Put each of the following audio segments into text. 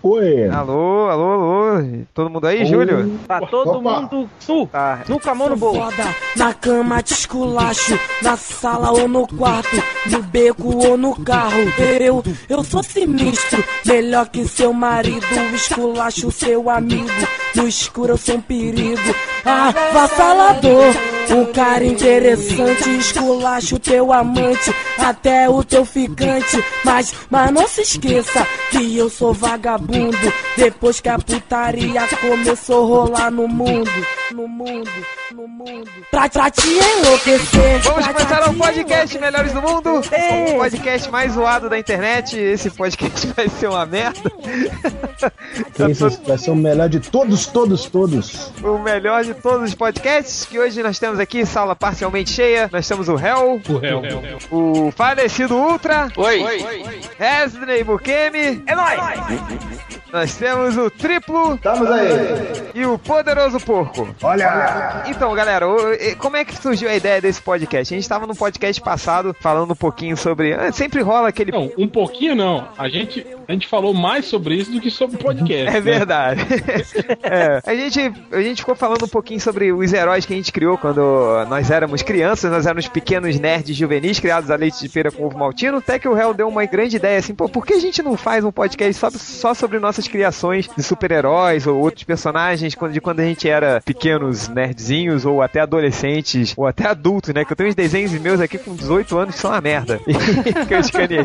foi? Ah, Alô, alô, alô. Todo mundo aí, Júlio? Tá todo Opa. mundo nu, Tá. nunca a mão no bolso. Foda, na cama de esculacho, na sala ou no quarto, no beco ou no carro. Eu, eu sou sinistro, melhor que seu marido, esculacho seu amigo. No escuro eu sou um perigo, Ah, avassalador. Um cara interessante, esculacho teu amante, até o teu ficante. Mas, mas não se esqueça que eu sou vagabundo. Depois que a putaria começou a rolar no mundo, no mundo, no mundo. Pra, pra te enlouquecer. Vamos pra- pra começar o te podcast né? Melhores do Mundo, Ei. o podcast mais zoado da internet. Esse podcast vai ser uma merda. tá Esse vai ser o melhor de todos, todos, todos. O melhor de todos os podcasts, que hoje nós temos aqui sala parcialmente cheia. Nós temos o Hell, O réu. o falecido Ultra, Oi. Resney Bukemi. É nóis! Nós temos o Triplo Estamos aí. e o Poderoso Porco. Olha, Então, galera, o- e- como é que surgiu a ideia desse podcast? A gente tava num podcast passado falando um pouquinho sobre. ah, Sempre rola aquele. Não, um pouquinho não. A gente, a gente falou mais sobre isso do que sobre o podcast. É né? verdade. É, a, gente, a gente ficou falando um pouquinho sobre os heróis que a gente criou quando nós éramos crianças, nós éramos pequenos nerds juvenis criados a leite de feira com ovo maltino, até que o réu deu uma grande ideia assim, pô, por que a gente não faz um podcast só, só sobre nossas criações de super-heróis ou outros personagens quando- de quando a gente era pequenos nerdzinhos ou até adolescentes ou até adultos, né? Que eu tenho uns desenhos meus aqui com 18 anos que são uma merda. que eu escaneei.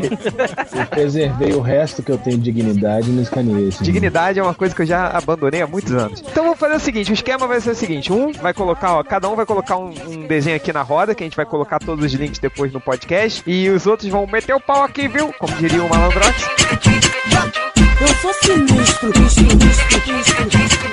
Eu preservei o resto que eu tenho de dignidade e não escaneei esse. Dignidade é uma coisa que eu já abandonei há muitos anos. Então vamos fazer o seguinte: o esquema vai ser o seguinte: um vai colocar, ó, cada um vai colocar um, um desenho aqui na roda, que a gente vai colocar todos os links depois no podcast, e os outros vão meter o pau aqui, viu? Como diria o malandrox. Eu sou sinistro, sinistro, sinistro.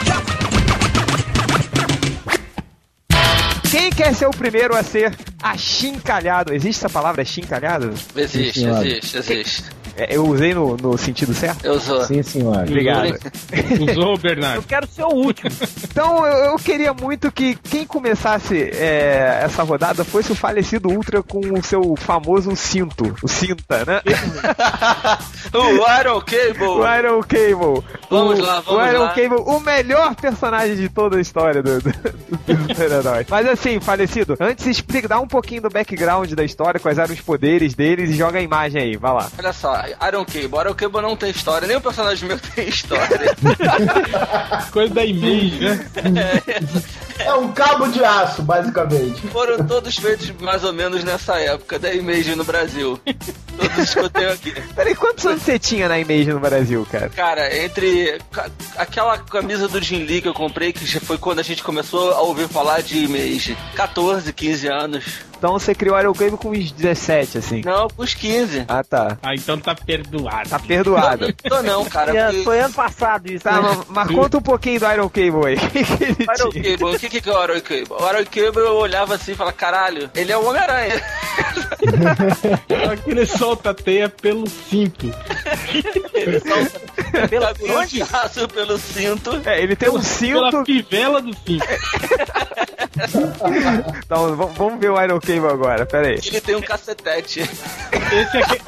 Quem quer ser o primeiro a ser achincalhado? Existe essa palavra achincalhado? Existe, Senhora. existe, existe. É, eu usei no, no sentido certo? Eu sou. Sim, senhora. Obrigado. Usou, Bernardo. Eu quero ser o último. Então eu, eu queria muito que quem começasse é, essa rodada fosse o falecido Ultra com o seu famoso cinto. O cinta, né? o Iron O Cable. Iron Cable. Vamos o, lá, vamos O Iron lá. Cable, o melhor personagem de toda a história do, do, do super-herói. Mas assim, falecido, antes explica, dá um pouquinho do background da história, quais eram os poderes deles e joga a imagem aí, vai lá. Olha só, Iron Cable. Iron Cable não tem história, nem o personagem meu tem história. Coisa da image, né? é um cabo de aço, basicamente. Foram todos feitos mais ou menos nessa época da Image no Brasil. Todos que eu tenho aqui. Peraí, quantos anos você tinha na Image no Brasil, cara? Cara, entre ca- aquela camisa do Jim Lee que eu comprei, que já foi quando a gente começou a ouvir falar de Image, 14, 15 anos. Então você criou o Iron Cable com uns 17, assim. Não, com os 15. Ah, tá. Ah, então tá perdoado. Tá perdoado. Tô não, cara. É porque- Foi ano passado isso. né? Tá, mas, mas conta um pouquinho do Iron Cable aí. Iron Cable, o que que é o Iron Cable? O Iron Cable eu olhava assim e falava, caralho, ele é o Homem-Aranha. Só que ele solta a teia pelo cinto. Ele solta Pelo pelo, braço, Tá pelo cinto. É, ele tem um Pela cinto. pivela do cinto. Então, v- vamos ver o Iron Cable agora, peraí. Ele tem um cacetete. Esse é aquele...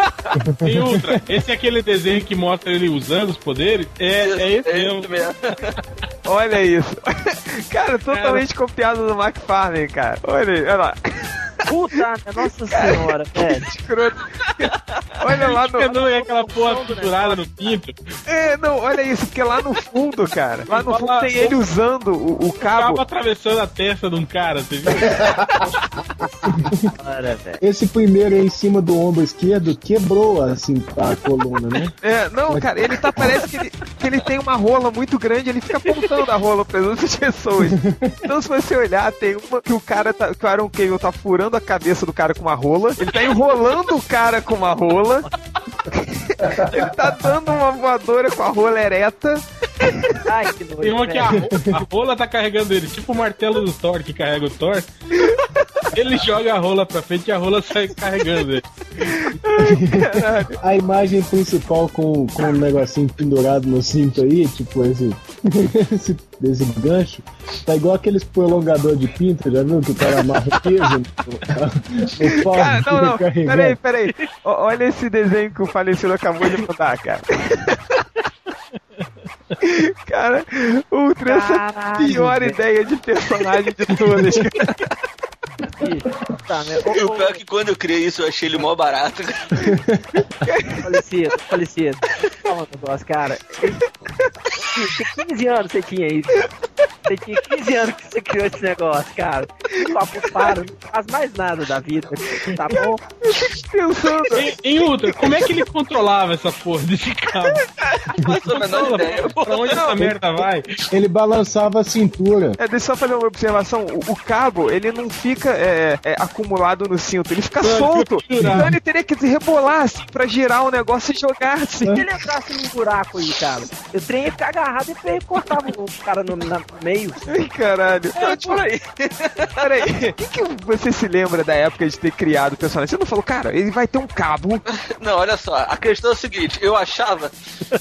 Ei, Ultra, esse é aquele desenho que mostra ele usando os poderes. É, é esse mesmo. mesmo. Olha isso. cara, totalmente copiado do McFarlane, cara. Olha aí, olha lá. Puta, minha nossa senhora, velho. Escroto. Olha lá Porque no. não é aquela porra pendurada no cinto. É, não, olha isso, porque lá no fundo, cara. Lá no Olha fundo lá. tem ele usando o, o Acaba cabo. atravessando a testa de um cara, você viu? Cara, velho. Esse primeiro aí em cima do ombro esquerdo quebrou assim a coluna, né? É, não, cara, ele tá. Parece que ele, que ele tem uma rola muito grande, ele fica apontando a rola para outras pessoas. Então, se você olhar, tem uma que o cara tá. Que o Aaron Cable tá furando a cabeça do cara com uma rola. Ele tá enrolando o cara com uma rola. Ele tá dando uma voadora com a rola ereta. Ai, que nojo. Tem uma que a, velho. ro- a rola tá carregando ele, tipo o martelo do Thor que carrega o Thor. Ele joga a rola pra frente e a rola sai carregando ele. A imagem principal com, com um negocinho pendurado no cinto aí, tipo esse, esse, esse gancho, tá igual aqueles prolongador de pinta, já viu? Que o cara amarra o peso no, no pau e Cara, não, fica não. carregando. Peraí, peraí. O- olha esse desenho que o falecido acabou de mandar, cara. Cara, o Trans é a Caralho, pior velho. ideia de personagem de todas. cara. Puta, né? E o Ô, pior é que quando eu criei isso, eu achei ele mó barato. ô, falecido, falecido. Fala um negócio, cara. Tinha 15 anos você tinha isso. Você tinha 15 anos que você criou esse negócio, cara. Papo para, não faz mais nada da vida, tá bom? Pensando. Em, em Ultra, como é que ele controlava essa porra desse cabo? Faço a menor Controla, ideia. pra onde essa merda vai? Ele balançava a cintura. É, deixa eu só fazer uma observação. O, o cabo, ele não fica é, é, acumulado no cinto, ele fica Mano, solto. eu juro. Então ele teria que se rebolar, assim, pra girar o negócio e jogar, assim. Se ele entrasse num buraco aí, cara, o trem ia ficar agarrado e ele cortava o cara no, na- no meio. Ai, caralho. É, tipo, aí. Peraí, o que, que você se lembra da época de ter criado o personagem? Você não falou, cara, ele vai ter um cabo. Não, olha só, a questão é a seguinte, eu achava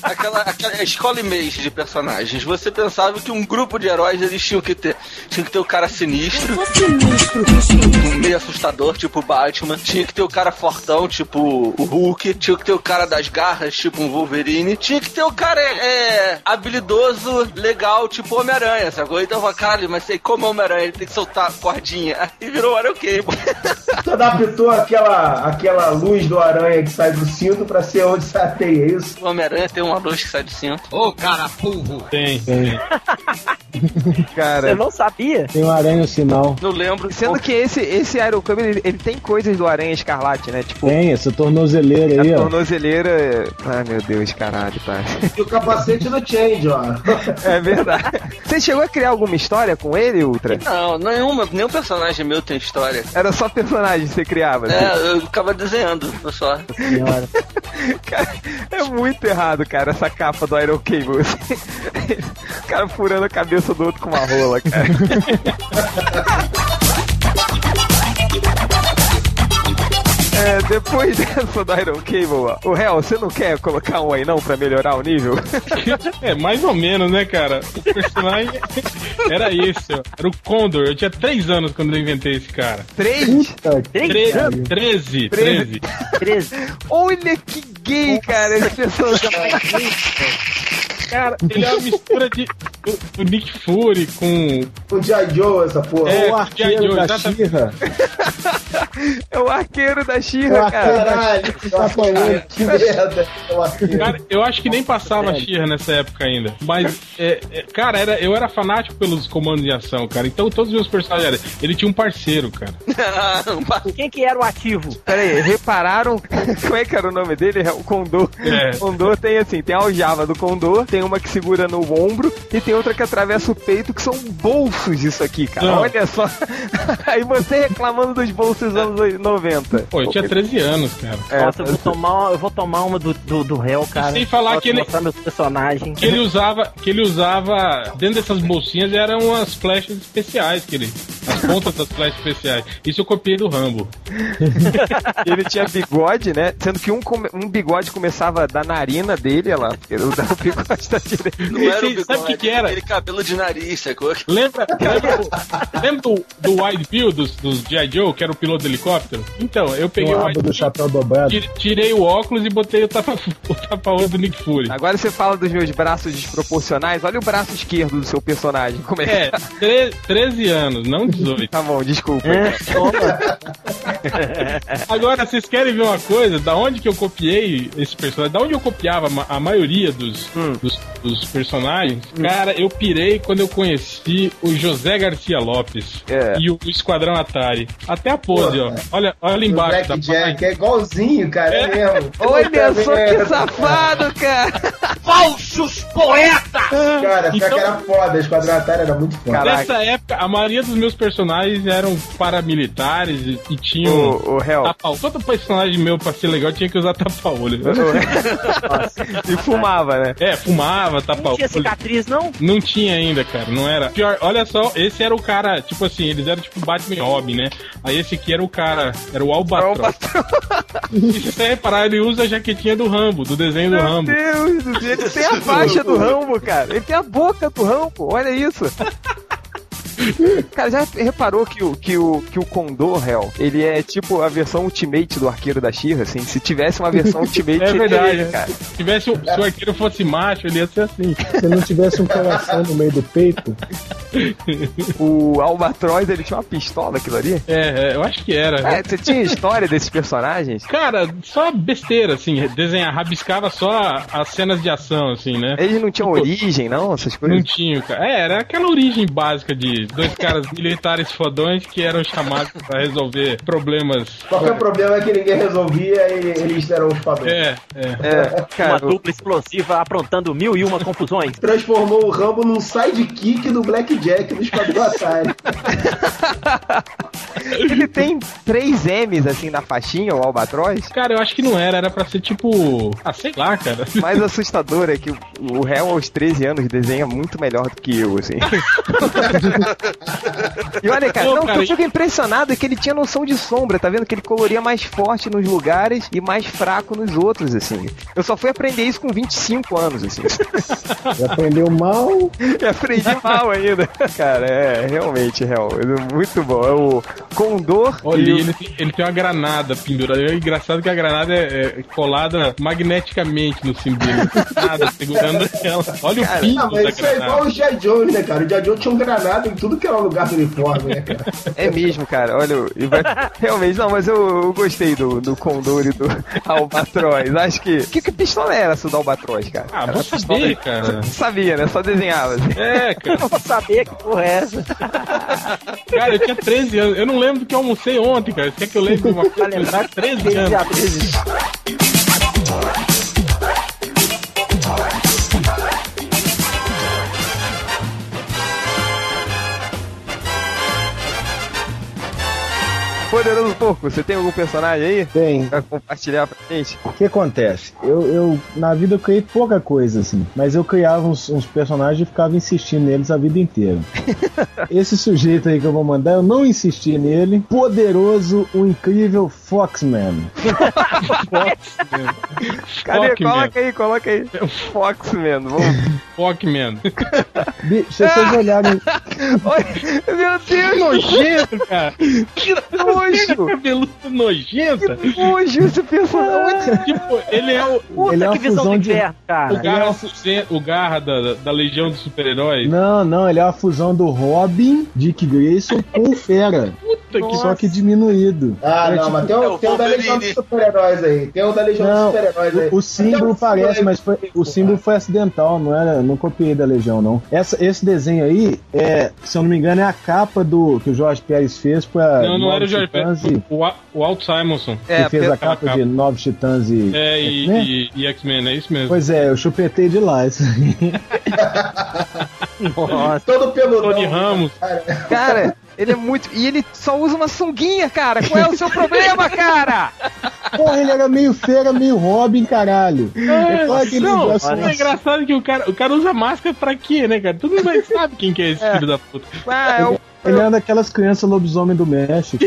aquela, aquela escola imensa de personagens. Você pensava que um grupo de heróis eles tinham que ter. Tinha que ter o cara sinistro, Eu sou sinistro, sinistro. um meio assustador, tipo o Batman. Tinha que ter o cara fortão, tipo o Hulk. Tinha que ter o cara das garras, tipo um Wolverine. Tinha que ter o cara é, habilidoso, legal, tipo Homem-Aranha, sacou? Então eu falava, caralho, mas sei como é Homem-Aranha, ele tem que soltar a cordinha. Aí virou o Aranha Cable. Tu adaptou aquela, aquela luz do aranha que sai do cinto pra ser onde sai a teia, é isso? O Homem-Aranha tem uma luz que sai do cinto. Tem, tem. Você É. Cara. não sabia? Tem um aranha sinal. Não lembro. Sendo que esse, esse Iron Club, ele, ele tem coisas do Aranha Escarlate, né? Tipo, Tem, essa tornozeleira aí, a ó. tornozeleira. é- Ai meu Deus, caralho, tá. E o capacete no change, ó. É verdade. Você chegou a criar alguma história com ele, Ultra? Não, nenhuma, nenhum personagem meu tem história. Era só personagem que você criava. assim? É, eu ficava desenhando, pessoal. Senhora. Cara, é muito errado, cara, essa capa do Iron Cable. o cara furando a cabeça do outro com uma rola, cara. É, depois dessa do Iron Cable, ó, o Hell, você não quer colocar um aí não pra melhorar o nível? É, mais ou menos, né, cara? O personagem era esse, ó. Era o Condor. Eu tinha 3 anos quando eu inventei esse cara. Três? Puta que Tre- pariu. 13, 13. 13. Olha que gay, cara, esse personagem. Cara, ele é uma mistura de do- do Nick Fury com. O G.I. Joe, essa porra. É, O G.I. arqueiro Joe, da exatamente. Xirra. É o arqueiro da O Xirra, cara. Caralho, que apanhando, que merda. Eu arqueiro. Cara, eu acho que nem passava Xirra nessa época ainda. Mas, é, é, cara, era, eu era fanático pelos comandos de ação, cara. Então todos os meus personagens eram. Ele tinha um parceiro, cara. Um Quem que era o ativo? Pera aí, repararam como é que era o nome dele? É O Condor. É. O Condor tem assim, tem a aljava do Condor, tem uma que segura no ombro e tem outra que atravessa o peito, que são bolsos isso aqui, cara. Não. Olha só. aí você reclamando dos bolsos dos anos 90. Pô, eu tinha 13 anos, cara. É, Nossa, eu vou, tomar, eu vou tomar uma do, do, do réu, cara. Sem falar Posso que ele- mostrar meus personagens. Que ele usava, que ele usava dentro dessas bolsinhas eram as flechas especiais que ele, as pontas das flechas especiais. Isso eu copiei do Rambo. Ele tinha bigode, né? Sendo que um, come- um bigode começava da narina dele, olha lá. Ele usava o bigode da direita. Não era o Esse- sabe bigode, o que que era? aquele cabelo de nariz, sacou? Lembra, lembra, do- lembra do, do Wide Bill dos, dos G.I. Joe, que era o piloto do helicóptero? Então, eu Tem peguei o o rabo do Wide Bill, chapéu dobrado. ti- tirei o óculos e botei o tapa- o tapa-olho do Nick Fury. Agora você fala dos meus braços desproporcionais. Olha o braço esquerdo do seu personagem. Como é que É, tre- 13 anos, não 18. Tá bom, desculpa. Agora, vocês querem ver uma coisa? Da onde que eu copiei esse personagem? Da onde eu copiava ma- a maioria dos, Hum. dos, dos personagens? Cara, eu pirei quando eu conheci o José Garcia Lopes É. e o Esquadrão Atari. Até a pose, Pô, ó. Olha, olha O embaixo da Black Jack página. é igualzinho, cara, é, mesmo. Olha Puta só que merda, safado, cara! Cara, pior Então- que era foda, a Esquadrão Atari era muito foda. Caraca. Nessa época, a maioria dos meus personagens eram paramilitares e, e tinham O, o Hel. tapa Todo personagem meu, pra ser legal, tinha que usar tapa-olho. E fumava, né? É, fumava, Não tinha tapa-olho. cicatriz, não? Não tinha ainda, cara, não era. Pior, olha só, esse era o cara, tipo assim, eles eram tipo Batman e Robin, né? Aí esse aqui era o cara, era o É Albatross. E se você reparar, ele usa a jaquetinha do Rambo, do desenho do Meu Rambo. Deus do céu, ele tem a faixa do Rambo, cara. Ele tem a boca do Rambo, olha isso. Cara, já reparou que o, que o, que o Condor, Hell, ele é tipo a versão Ultimate do Arqueiro da She-Ra, assim? Se tivesse uma versão Ultimate, É verdade, ele, né? cara. Se tivesse um- se o arqueiro fosse macho, ele ia ser assim. Se não tivesse um coração no meio do peito, O Albatroz, ele tinha uma pistola, aquilo ali. É, é, eu acho que era. É, você tinha história desses personagens? Cara, só besteira, assim, desenhar, rabiscava só as cenas de ação, assim, né? Eles não tinham origem, não? Essas Não coisas? tinha, cara. É, era aquela origem básica de dois caras militares fodões que eram chamados pra resolver problemas. Qualquer problema que ninguém resolvia, e eles eram os padrões. É, é. É, Uma cara. dupla explosiva aprontando mil e uma confusões. Transformou o Rambo num sidekick do Blackjack do Esquadrão Atari. Ele tem três M's, assim, na faixinha, o Albatroz. Cara, eu acho que não era, era pra ser tipo. Ah, sei lá, cara. mais assustador é que o- o réu aos 13 anos desenha muito melhor do que eu, assim. e olha, cara, Pô, não, o que cara, eu fico impressionado é que ele tinha noção de sombra, tá vendo? Que ele coloria mais forte nos lugares e mais fraco nos outros, assim. Eu só fui aprender isso com 25 anos, assim. já aprendeu mal, E aprendi mal ainda. Cara, é, realmente, réu, muito bom. É o Condor Olha, e o- ele, tem- ele tem uma granada pendurada. É engraçado que a granada é, é colada magneticamente no símbolo. Nada, segurando ela. Olha o Ah, pino mas da isso é granada. igual o G.I. Jones, né, cara? O G.I. Jones tinha um granada em tudo que era lugar do uniforme, né, cara? É mesmo, cara. Olha, eu- eu- realmente, não, mas eu, eu gostei do, do Condor e do Albatroz. Acho que. Que, que pistola era essa do Albatroz, cara? Ah, Era vou tá uma pistola- saber, cara. Sabia, né? Só desenhava. assim. É, cara. Eu não sabia que porra é essa. Cara, eu tinha 13 anos. Eu não lembro do que eu almocei ontem, cara. Você quer que eu lembre de uma coisa? Eu tinha 13 Ele anos. já fez isso. Poderoso Porco, você tem algum personagem aí? tem. Pra compartilhar pra gente? O que acontece? Eu, eu, na vida, eu criei pouca coisa, assim. Mas eu criava uns, uns personagens e ficava insistindo neles a vida inteira. Esse sujeito aí que eu vou mandar, eu não insisti nele. Poderoso, o incrível Foxman. Cadê? Fockman. coloca aí, coloca aí. Fox mesmo. Fockman. Bi- Se vocês olharem... Meu Deus, Nojento, cara. que nojo! Cabeludo nojenta. Que nojo esse personagem. Tipo, ele é o, Puta Ele é uma que visão do fusão de- inferno, cara. o garra, suzen- o garra da, da- da legião dos super-heróis. Não, não, ele é uma fusão do Robin, Dick Grayson com o Fera. Puta que Só que diminuído. Ah, Era não, tipo- mas tem, um- É o tem um da Wolverine. Legião dos Super-Heróis aí. Tem um da Legião Não, dos Super-Heróis aí. O, o símbolo parece, mas foi- o símbolo foi acidental, não era, não copiei da Legião, não. Essa- esse desenho aí, é, se eu não me engano, é a capa do que o Jorge Pérez fez pra Não, não Novos era o Jorge Titãs Pérez. e- O, Al- o Alt Simonson. que fez pe- a capa capa. de Novos Titãs e. É, e, X-Men? e- e X-Men, é isso mesmo. Pois é, eu chupetei de lá. Isso aí. Nossa, Todo peludão. Tony Ramos. Cara, ele é muito. E ele só usa uma sunguinha, cara. Qual é o seu problema, cara? Porra, ele era meio feira, meio Robin, caralho. É claro que ele não, gosta não, é disso. engraçado que o cara, o cara usa máscara pra quê, né, cara? Todo mundo vai- sabe quem que é esse filho da puta. Ah, é o Ele era daquelas crianças lobisomem do México.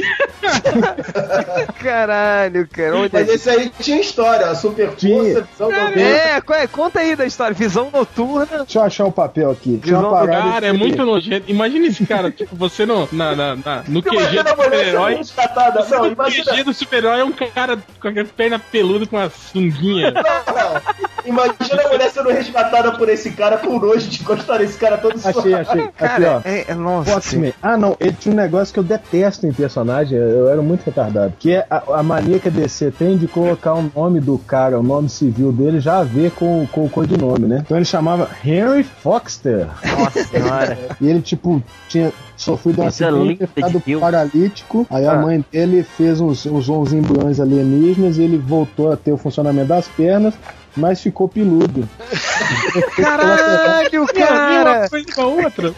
Caralho, cara. Olha Mas esse aí tinha história, a super força, Tinha. visão do Deus. É, qual é? conta aí da história. Visão noturna. Deixa eu achar o papel aqui. Tinha uma Visão do parada assim. Cara, é que- muito nojento. Imagina esse cara, tipo, você no, na, na, na- no QG Imagina do a mulher super-herói. sendo resgatada. Não, O imagina, QG do super-herói é um cara com aquela perna peluda com uma sunguinha. não. Imagina a mulher sendo resgatada por esse cara com nojo de encostar nesse cara todo Achei, suado. achei. Aqui, ó. Cara, é, é- nossa. Foxman. Ah, não, ele tinha um negócio que eu detesto em personagem, eu era muito retardado. Que é a, a mania que a DC tem de colocar o nome do cara, o nome civil dele, já a ver com, com o codinome, né? Então ele chamava Henry Foxter. nossa senhora. E ele, tipo, tinha sofrido um Coisa acidente, linda de tinha ficado Deus. paralítico. Aí Ah. a mãe dele fez uns, uns 11 embriões alienígenas e ele voltou a ter o funcionamento das pernas. Mas ficou peludo. Caralho, cara. Uma coisa com a outra.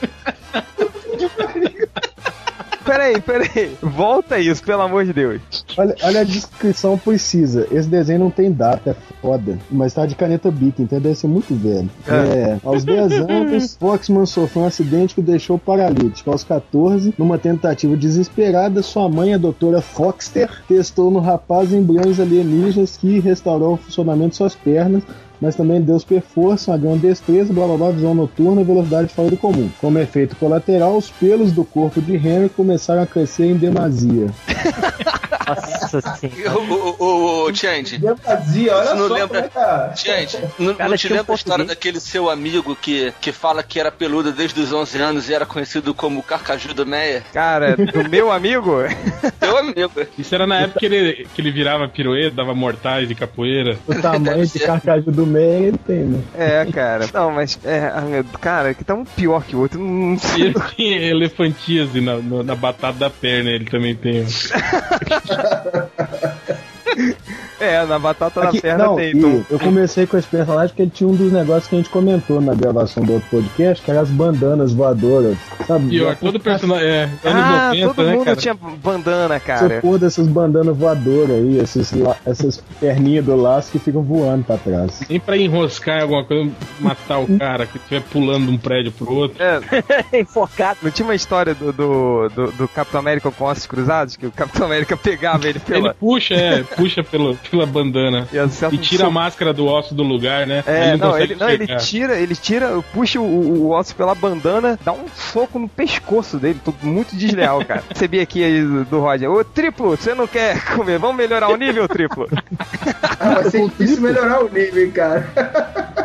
Peraí, peraí. Volta isso, pelo amor de Deus. Olha, olha a descrição precisa. Esse desenho não tem data, é foda. Mas tá de caneta bica, então deve ser muito velho. É, aos 10 anos, Foxman sofreu um acidente que o deixou paralítico. Aos 14, numa tentativa desesperada, sua mãe, a doutora Foxter, testou no rapaz embriões alienígenas que restaurou o funcionamento de suas pernas. mas também deu super força, uma grande destreza, blá blá blá, visão noturna e velocidade fora do comum. Como efeito colateral, os pelos do corpo de Henry começaram a crescer em demasia. Nossa senhora. O, o, o, o Change, Demasia, olha Você não só lembra- como é que tá. Gente, não, Cara, não te tinha um lembra a história português. daquele seu amigo que, que fala que era peludo desde os 11 anos e era conhecido como Carcajudo Meia? Cara, do meu amigo? Teu amigo. Isso era na época que ele, que ele virava pirueta, dava mortais de capoeira. O tamanho Deve de ser. carcaju do meio ele tem, né? É, cara. Não, mas. É, ai, meu- cara, que tá um pior que o outro. Não E sei. ele tinha elefantíase na, no- na batata da perna, ele também tem. É, na batata Aqui- da perna não, tem. e Então, eu comecei com esse personagem porque ele tinha um dos negócios que a gente comentou na gravação do outro podcast, que era as bandanas voadoras. Sabe? Pior, todo personagem. É, anos ah, 90, todo né, mundo cara? tinha bandana, Essa cara. porra dessas bandanas voadoras aí, esses, la- essas perninhas do laço que ficam voando pra trás. Nem pra enroscar em alguma coisa, matar o cara que estiver pulando de um prédio pro outro. É, Enforcado. não tinha uma história do, do, do, do Capitão América com ossos cruzados? Que o Capitão América pegava ele Ele pela. puxa, é, puxa pelo, pela bandana. E, acerta E um tira a máscara do osso do lugar, né? Aí É, não, consegue ele, não, ele enxergar. tira, ele tira, puxa o, o, o osso pela bandana, dá um soco no pescoço dele, tudo muito desleal, cara. Recebi aqui aí do, do Roger, ô triplo, você não quer comer, vamos melhorar o nível, triplo? Ah, vai ser difícil melhorar o nível, hein, cara.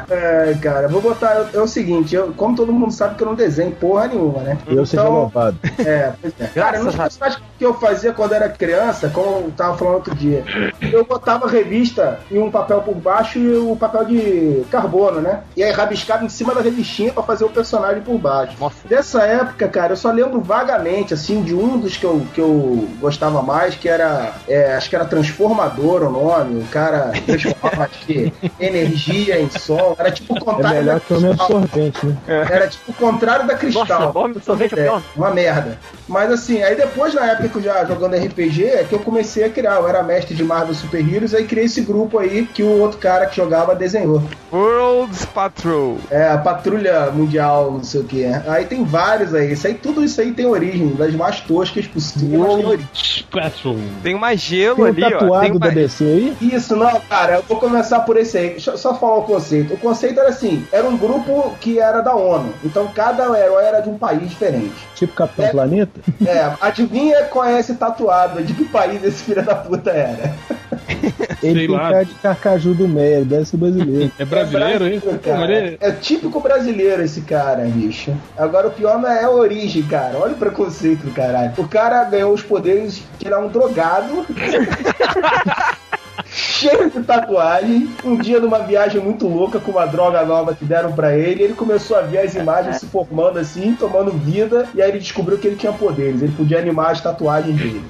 É, cara, vou botar. É o seguinte, eu, como todo mundo sabe que eu não desenho porra nenhuma, né? E eu seja Então, louvado. É, pois é. Cara, nos personagens que eu fazia quando era criança, como eu tava falando outro dia, eu botava revista em um papel por baixo e o papel de carbono, né? E aí rabiscava em cima da revistinha pra fazer o personagem por baixo. Nossa. Dessa época, cara, eu só lembro vagamente, assim, de um dos que eu, que eu gostava mais, que era. é, acho que era Transformador o nome. O cara transformava acho que, energia em som. Era tipo o É tá, contrário melhor da que o meu Cristal. absorvente, né? Era tipo o contrário da Nossa, cristal. homem do sorvete é o É, pior. uma merda. Mas assim, aí depois, na época que eu já jogando RPG, é que eu comecei a criar. Eu era mestre de Marvel Super Heroes, aí criei esse grupo aí que o outro cara que jogava desenhou. World's Patrol. É, a Patrulha Mundial, não sei o que. Aí tem vários aí. Isso aí, tudo isso aí tem origem, das mais toscas possíveis. mas tem origem. Patrol. Tem mais gelo Tem um ali, ó. Tem tatuado da uma... DC aí? Isso, não, cara, eu vou começar por esse aí. Deixa eu só falar o conceito. O conceito era assim: era um grupo que era da ONU. Então cada herói era de um país diferente. Tipo Capitão É. Planeta? É, adivinha qual é esse tatuado? De que país esse filho da puta era? Ele tem lá. cara de carcaju do meio, ele deve ser brasileiro. É brasileiro, hein? brasileiro, Pô, mas cara. ele- É típico brasileiro esse cara, bicho. Agora o pior não é a origem, cara. Olha o preconceito do caralho. O cara ganhou os poderes de era um drogado. Cheio de tatuagem, um dia numa viagem muito louca com uma droga nova que deram pra ele, ele começou a ver as imagens se formando assim, tomando vida, e aí ele descobriu que ele tinha poderes, ele podia animar as tatuagens dele.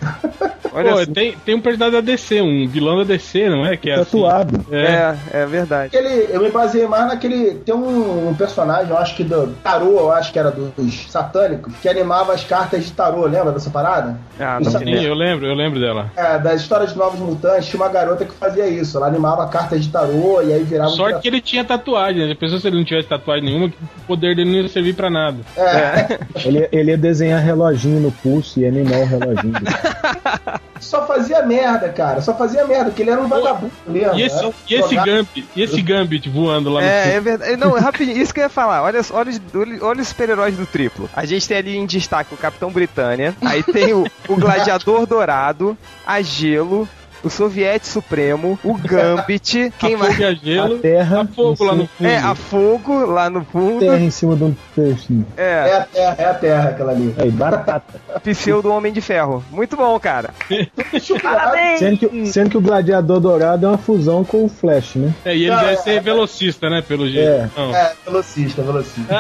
Olha Pô, só. tem, tem um personagem da DC, um vilão da DC, não é? Que é assim. tatuado. É, É, é verdade. Aquele, eu me baseei mais naquele. Tem um, um personagem, eu acho que do Tarô, eu acho que era dos satânicos, que animava as cartas de tarô, lembra dessa parada? Ah, Isso não é sim, queria. eu lembro, eu lembro dela. É, das histórias de Novos Mutantes, tinha uma garota que fazia isso. Ela animava cartas de tarô e aí virava. um Sorte que ele tinha tatuagem, né? Pensou se ele não tivesse tatuagem nenhuma, que o poder dele não ia servir pra nada. É, Tá Ele, ele ia desenhar reloginho no pulso e animar o reloginho. Só fazia merda, cara. Só fazia merda, porque ele era um vagabundo mesmo. E esse, era um e esse drogado. Gambit, e esse Gambit voando lá no É, é verdade. Não, rapidinho, isso que eu ia falar. Olha, olha, os- olha, olha os super-heróis do triplo. A gente tem ali em destaque o Capitão Britânia, aí tem o, o Gladiador Dourado, a Gelo, o Soviete Supremo, o Gambit, quem mais? fogo e a A gelo, terra. a fogo lá no fundo. É, a Fogo lá no fundo. terra em cima de um peixinho. É É, a terra, é a terra aquela ali. Aí, batata. pseudo Homem de Ferro. Muito bom, cara. Parabéns! Sendo que, sendo que o gladiador dourado é uma fusão com o Flash, né? É, e ele Não, deve é, ser velocista, né? Pelo jeito. É. Não. É, velocista, velocista.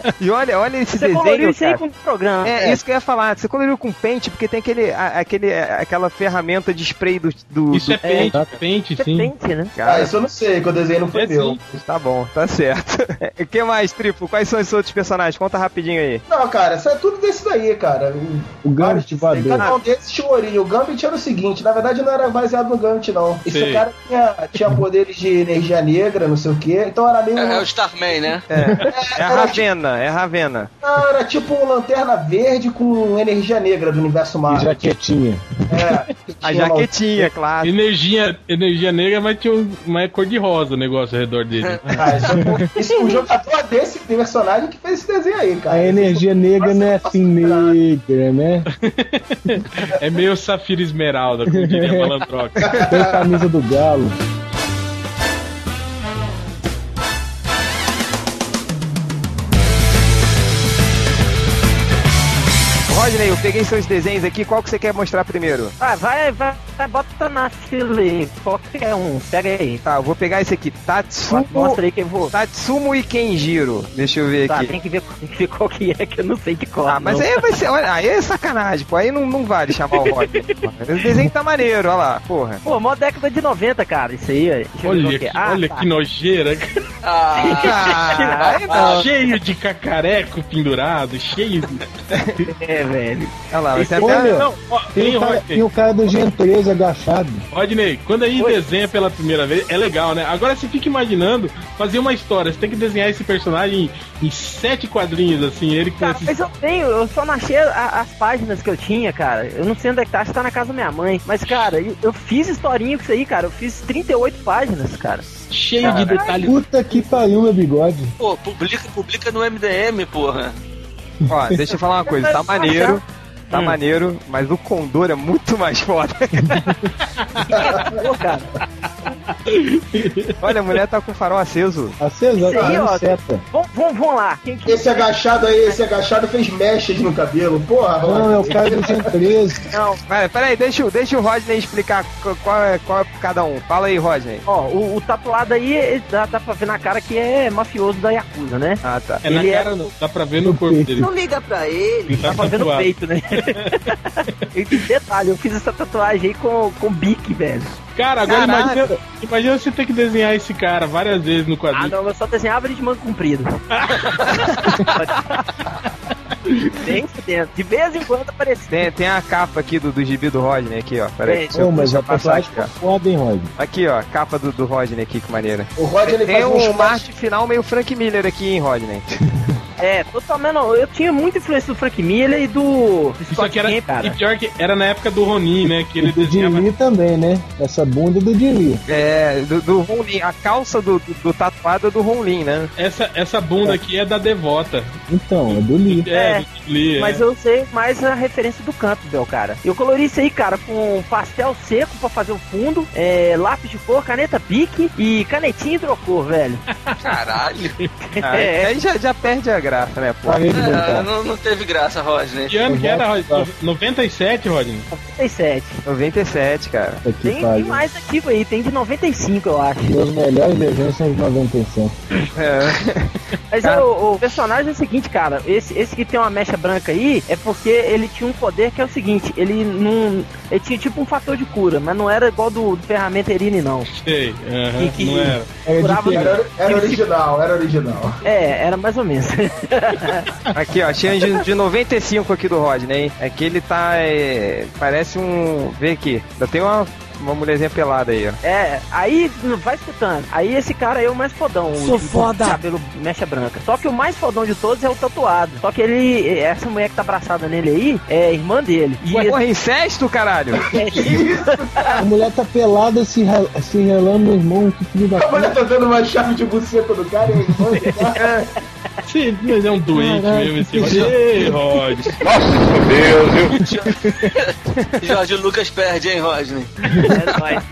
É. E olha, olha esse Você coloriu desenho, isso aí cara. com o programa. É, isso que eu ia falar. Você coloriu com pente porque tem aquele, a- aquele, aquela ferramenta de spray do. do, Isso do- é pente, tá. pente, Você sim. pente, né? Ah, Cara, isso eu não sei, que o desenho não foi É, meu. sim. Tá bom, tá certo. O que mais, Triplo? Quais são os outros personagens? Conta rapidinho aí. Não, cara, isso é tudo desse daí, cara. O Gambit voador. Cada um desses tinha origem. O Gambit era o seguinte, na verdade não era baseado no Gambit, não. Esse Sei. cara tinha, tinha poderes de energia negra, não sei o quê. Então tipo- era meio. É, é o Starman, né? É a Ravena, é a Ravena. Não, era tipo um lanterna verde com energia negra do universo E Marvel. jaquetinha. É, A tinha lá o- Energia, claro. Energia, energia negra, mas tinha um- uma cor de rosa o negócio ao redor dele. Ah, isso, é um pouco- isso é um jogador desse personagem que fez esse desenho aí, cara. A energia negra não é assim negra, né? É meio safira esmeralda, como diria Malandroca. Tem a camisa do galo. Rodney, eu peguei seus desenhos aqui. Qual que você quer mostrar primeiro? Ah, vai, vai, vai, bota na fila qualquer um, pega aí. Tá, eu vou pegar esse aqui. Tatsumo, Mostra aí que eu vou. Tatsumo e Kenjiro. Deixa eu ver Tá, aqui. tem que, ver, tem que ver qual que é, que eu não sei de qual. Ah, mas não. aí vai ser. Olha, aí é sacanagem, pô. Aí não, não vale chamar o Rodney. Esse desenho tá maneiro, olha lá, porra. Pô, mó década de 90, cara, isso aí. ó. Deixa eu ver Olha, qual que, é. Ah, olha tá. que nojeira. cara. Ah, Ah, aí não. Cheio de cacareco pendurado, cheio de. É, velho. Olha lá, vai ter até. Olha, Não, ó, tem, hein, o cara, tem Rodney? o cara do Gen 13 agachado. Rodney, quando aí desenha pela primeira vez, é legal, né? Agora você fica imaginando fazer uma história. Você tem que desenhar esse personagem em, em sete quadrinhos, assim, ele com Cara, esses. Tá, mas eu tenho, eu só não achei a- as páginas que eu tinha, cara. Eu não sei onde é que tá, acho que tá na casa da minha mãe. Mas, cara, eu, eu fiz historinha com isso aí, cara. Eu fiz 38 páginas, cara. cheio de detalhes. Puta que pariu meu bigode. pô, publica, publica no MDM, porra. Ó, deixa eu falar uma coisa, tá maneiro. Tá maneiro, mas o Condor é muito mais foda. Pô, cara, Olha, a mulher tá com o farol aceso. Acesa, Isso aí, tá ó. na seta. vamos, vamos, vamos lá. Quem que... Esse é agachado aí, esse agachado fez mechas no cabelo. Porra, Não, é mano. o cara do Gen 13. Não, pera- peraí, deixa, o- deixa o Rodney explicar qu- qual é, qual é cada um. Fala aí, Rodney. Ó, o, o tatuado aí, ele dá, dá pra ver na cara que é mafioso da Yakuza, né? Ah, tá. É na ele é- cara, não. dá pra ver no corpo dele. Não liga pra ele. Ele tá Tá fazendo tatuado. peito, né? e que detalhe, eu fiz essa tatuagem aí com, com bique, velho. Cara, agora Caraca. imagina, imagina você ter que desenhar esse cara várias vezes no Ah, quadrinho. não, eu só desenhava ele de manga comprido. Bem dentro. De vez em quando aparecia. Tem, tem a capa aqui do, do gibi do Rodney aqui, ó. Peraí, Gente, deixa eu Pô, mas deixa a eu passar aqui, tatuagem tá foda, hein, Rod? ó. Aqui, ó, capa do, do Rodney aqui, que maneira. O Rod ele Tem faz uns um cortes- Marte final meio Frank Miller aqui, hein, Rodney. É, totalmente. não, Eu tinha muita influência do Frank Miller e do. do Isso aqui era, Kemp, cara. e pior que era na época do Ronin, né? Que E ele do Jim desenhava. Lee também, né? Essa bunda do Jim Lee. É, do, do Ron Lin. A calça do, do, do tatuado é do Ron Lin, né? Essa, essa bunda aqui é da Devota. Então, é do Lee. É, É, do Jim Lee, é. Mas eu usei mais a referência do Campbell, cara. Eu colori isso aí, cara, com um pastel seco pra fazer o fundo, é, lápis de cor, caneta pique e canetinha hidrocor, velho. Caralho. Aí, aí já, já perde a graça, né, pô? Parei de É, brincar. não, não teve graça, Rodney. Que ano que era, Rodney? 97, Rodney? 97. 97, cara. Puta que Tem, tem pariu. mais ativo aí, tem de 95, eu acho. Meus melhores desenhos são os 95. É. Mas Cara. o, o personagem é o seguinte, cara. Esse, esse que tem uma mecha branca aí é porque ele tinha um poder que é o seguinte: ele não. Ele tinha tipo um fator de cura, mas não era igual do, do Ferramenterine, não. Sei, aham, E que- não era. Era de Curava- tipo pena. Era, era original, era original. É, era mais ou menos. Aqui, ó, tinha de, de 95 aqui do Rodney. hein? Aqui ele tá. é, parece um. Vê aqui. Ainda tem uma, uma mulherzinha pelada aí, ó. é, aí vai escutando. Aí esse cara aí é o mais fodão. o Sou de foda. Cabelo mecha branca. Só que o mais fodão de todos é o tatuado. Só que ele. Essa mulher que tá abraçada nele aí é irmã dele. E Ué, porra, incesto, caralho! A mulher tá pelada se, rel- se relando no irmão, que filho da A puta. mulher tá dando uma chave de buceta do cara e ele Sim, mas é um doente Caralho, mesmo esse que Rodney. Ei, Rod. Jorge Lucas perde, hein, Rodney? É nóis.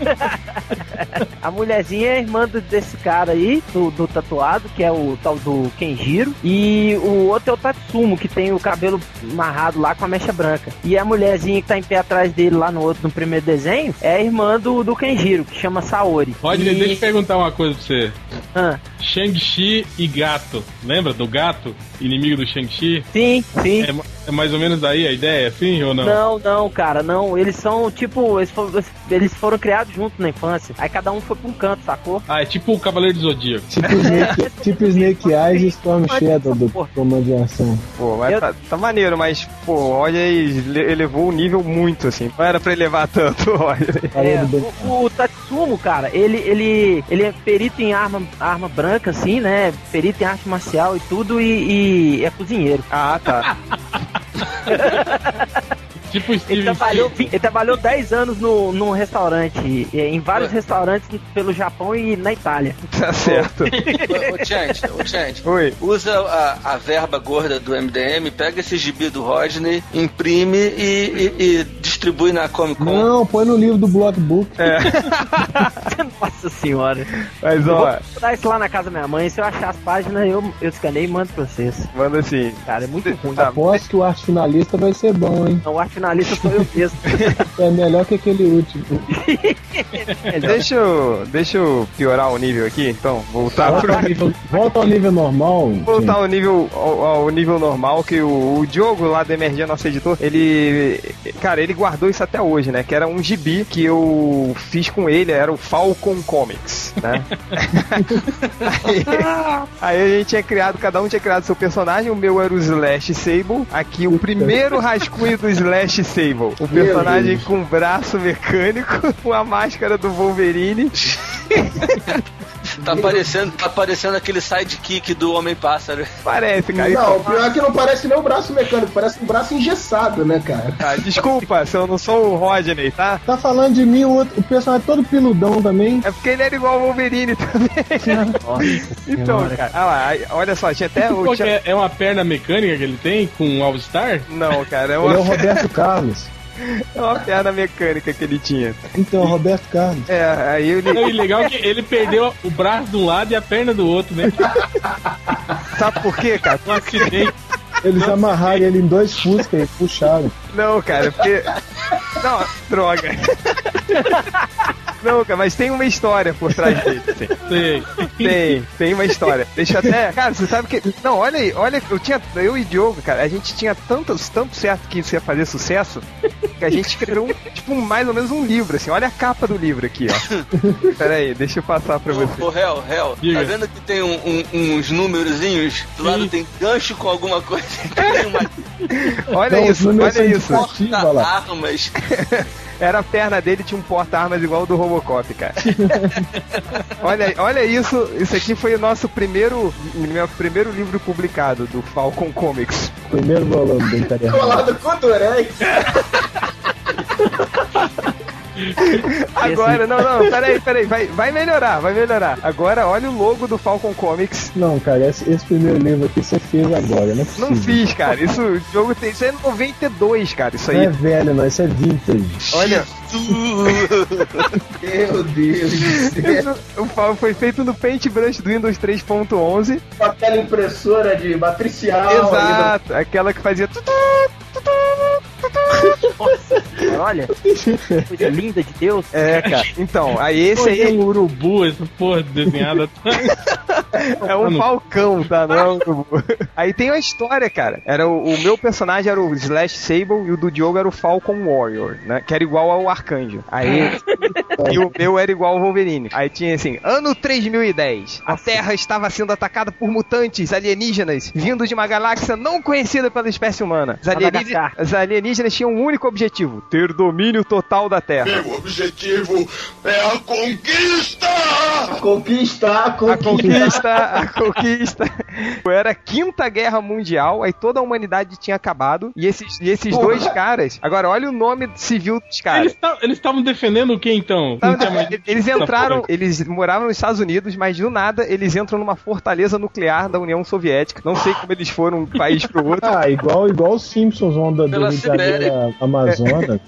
A mulherzinha é irmã do- desse cara aí, do, do tatuado, que é o tal do Kenjiro. E o outro é o Tatsumo, que tem o cabelo amarrado lá com a mecha branca. E a mulherzinha que tá em pé atrás dele lá no outro, no primeiro desenho, é a irmã do, do Kenjiro, que chama Saori. Rodney, E- deixa eu perguntar uma coisa pra você. Ah, Shang-Chi e gato. Lembra do gato? Inimigo do Shang-Chi? sim, sim. É, ma- é mais ou menos daí a ideia, assim ou não? Não, não, cara, não. Eles são, tipo, eles foram, eles foram criados juntos na infância. Aí cada um foi pra um canto, sacou? Ah, é tipo o Cavaleiro do Zodíaco. Tipo Snake, tipo Snake Eyes e Storm Shadow do Comando de Ação. Pô, mas Eu- tá, tá maneiro, mas, pô, olha aí, ele- elevou o nível muito, assim. Não era pra elevar tanto, olha. Parei É, de brincar. o, o Tatsumo, cara, ele, ele, ele é perito em arma, arma branca, assim, né? Perito em arte marcial tá. e tudo, e, e é cozinheiro. Ah, tá. Tipo Steven Ele trabalhou, vi- ele trabalhou 10 anos no, num restaurante, eh, em É. vários restaurantes pelo Japão e na Itália. Tá certo. Ô, ô, Chant, ô, Chant, Oi. usa a, a verba gorda do MDM, pega esse gibi do Rodney, imprime e, e- e distribui na Comic Con. Não, põe no livro do Blockbook. Nossa senhora. Mas ó, Vou dar isso lá na casa da minha mãe. Se eu achar as páginas, eu, eu escaneio e mando pra vocês. manda assim. Cara, é muito ruim. Tá, Aposto que o arte finalista vai ser bom, hein? Não, o arte finalista sou eu mesmo. É melhor que aquele último. Deixa eu, deixa eu piorar o nível aqui, então. Voltar pro volta, ao nível, volta ao nível normal. voltar ao nível ao, ao nível normal que o, o Diogo lá do Emergia, nosso editor, ele cara, ele guardou isso até hoje, né? Que era um gibi que eu fiz com ele, era o Falcon Comics, né? aí, aí a gente tinha criado, cada um tinha criado seu personagem, o meu era o Slash Sable, aqui o primeiro rascunho do Slash Sable, o personagem Deus. com braço mecânico, com a máscara do Wolverine Tá parecendo, tá parecendo aquele sidekick do Homem-Pássaro. Parece, cara. Não, o pior é que não parece nem o braço mecânico, parece um braço engessado, né, cara? Ah, desculpa se eu não sou o Rodney, tá? Tá falando de mim, o, outro, o personagem é todo piludão também. É porque ele era igual ao Wolverine também. então, cara, ah lá, aí, olha só, tinha até o. Pô, que tinha- é, é uma perna mecânica que ele tem com um All-Star? Não, cara, é Ele é o uma, Roberto Carlos. é uma perna mecânica que ele tinha. Então, Roberto Carlos. É, aí ele. Não, e legal que ele perdeu o braço de um lado e a perna do outro, né? Sabe por quê, cara? Um acidente. Eles amarraram ele em dois fusca e puxaram. Não, cara, é porque. Não, droga. Não, cara, mas tem uma história por trás dele, assim. Sei. Tem, tem uma história. Deixa eu até. Cara, você sabe que. Não, olha aí, olha, eu tinha. Eu e o Diogo, cara, a gente tinha tantos, tanto certo que isso ia fazer sucesso, que a gente escreveu um, tipo, um- mais ou menos um livro, assim. Olha a capa do livro aqui, ó. Pera aí, deixa eu passar pra você. Ô, ô, Hel, Hel, Diga. tá vendo que tem um- um- uns númerozinhos? Do lado Sim. tem gancho com alguma coisa, tem uma Olha Não, os isso, números olha são isso. fortes. Sim, vai lá. porta-armas. Era a perna dele, tinha um porta-armas igual o do Robocop, cara. olha, olha isso, isso aqui foi o nosso primeiro, meu primeiro livro publicado do Falcon Comics. Primeiro volume do Itariano. Colado com o Durex. Agora, não, não, peraí, peraí, vai, vai melhorar, vai melhorar. Agora, olha o logo do Falcon Comics. Não, cara, esse, esse primeiro livro aqui você fez agora, não é possível. Não fiz, cara. Isso, o jogo tem. Isso é 92, cara. Isso Não é aí. velho, não, isso é vintage. Olha, Meu Deus do céu. isso, o Falcon um, foi feito no Paintbrush do Windows 3.11. Uma tela impressora de matricial. Exato, aquela que fazia. tutu, tutu, tutu. Olha, coisa linda de Deus. É, cara. Então, aí Esse esse aí um urubu, essa porra desenhada atrás. É um falcão, tá? Não é um urubu. Aí tem uma história, cara. Era o, o meu personagem era o Slash Sable e o do Diogo era o Falcon Warrior, né? Que era igual ao Arcanjo. Aí. e o meu era igual ao Wolverine. Aí tinha assim: ano 3010. A Terra estava sendo atacada por mutantes alienígenas vindos de uma galáxia não conhecida pela espécie humana. Os alienígenas, Madagascar. os alienígenas tinham um único objetivo: ter domínio total da Terra. Meu objetivo é a conquista! Conquistar, A conquistar. conquista, a conquista. Era a quinta guerra mundial, aí toda a humanidade tinha acabado. E esses, e esses Porra. dois caras. Agora, olha o nome civil dos caras. Eles ta- Eles estavam defendendo o que então? Tava- Não tinha mais- Eles entraram, Essa porra. eles moravam nos Estados Unidos, mas do nada eles entram numa fortaleza nuclear da União Soviética. Não sei como eles foram um país pro outro. Ah, igual, igual os Simpsons, onda do Pela brincadeira Amazonas.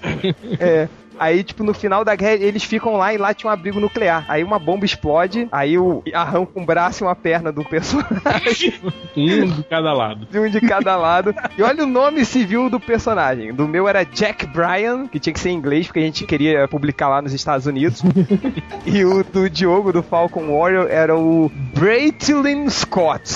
É. Aí, tipo, no final da guerra, eles ficam lá e lá tinha um abrigo nuclear. Aí uma bomba explode, aí o arranca um braço e uma perna do personagem. Um de cada lado. de um de cada lado. E olha o nome civil do personagem. Do meu era Jack Bryan, que tinha que ser em inglês, porque a gente queria publicar lá nos Estados Unidos. e o do Diogo, do Falcon Warrior, era o Braitlin Scott.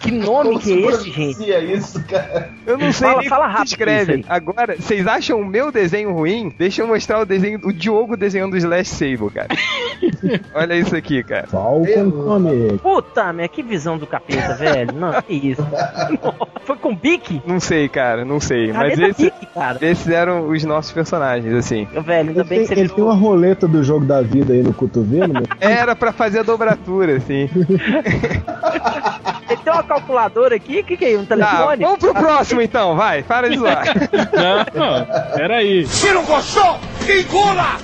Que nome Como que é se esse, gente? pronuncia isso, cara? Eu não sei Fala- nem fala como se rápido escreve. isso Agora, vocês acham o meu desenho ruim? Deixa eu mostrar o desenho, o Diogo desenhando o Slash Sable, cara. olha isso aqui, cara. Falcon Comic. Puta merda, que visão do capeta, velho. Não, que isso. Nossa, Foi com bique? Não sei, cara, não sei. Mas Caneta esse, bique, cara. esses eram os nossos personagens, assim. Velho, ainda Ele bem tem, que você ele tem uma roleta do jogo da vida aí no cotovelo, meu. Era pra fazer a dobratura, assim. Ele tem uma calculadora aqui? O que, que é? Um Tá, telefone? vamos pro próximo então, vai, para de zoar. Não, peraí.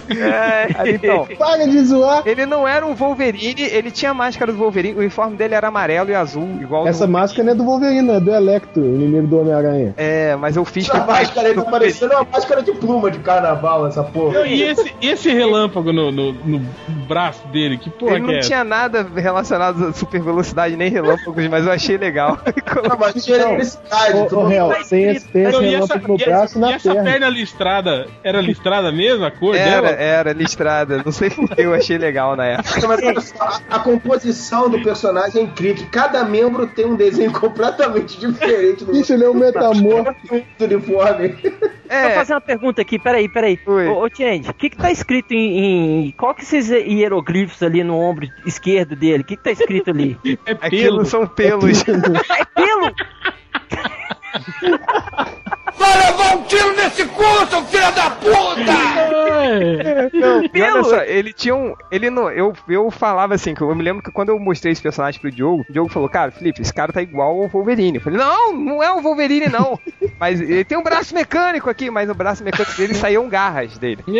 É, então, Para de zoar! ele não era um Wolverine, ele tinha a máscara do Wolverine, o uniforme dele era amarelo e azul, igual Essa do... máscara não é do Wolverine, não, é do Electro, inimigo do Homem-Aranha. É, mas eu fiz que Essa máscara aí tá parecendo uma máscara de pluma de carnaval, essa porra. Não, e, esse, e esse relâmpago no, no, no braço dele? Que porra Ele que não é? tinha nada relacionado a super velocidade nem relâmpagos, mas eu achei legal. Não, mas tinha Não. eletricidade. Ô, tudo. ô Hel, tá tem esse, escrito. tem esse Não, e essa, relâmpago no e essa- braço e e na essa perna. perna listrada, era listrada mesmo a cor Era, dela? era listrada. Não sei porque eu achei legal na época. Mas olha só, a, a composição do personagem é incrível. Cada membro tem um desenho completamente diferente do Isso, ele é um metamorfo. do uniforme. Deixa eu É, fazer uma pergunta aqui, peraí, peraí. Oi. Ô, ô Change, o que que tá escrito em, em- Qual que esses hieroglifos ali no ombro esquerdo dele? O que que tá escrito ali? É aquilo pelo. são pelos. É pelo! É. Não, e olha Pelo? só, ele tinha um. Ele não. Eu, eu falava assim, que eu me lembro que quando eu mostrei esse personagem pro Diogo, o Diogo falou, cara, Felipe, esse cara tá igual ao Wolverine. Eu falei, não, não é o Wolverine, não. mas ele tem um braço mecânico aqui, mas o braço mecânico dele saíam garras dele.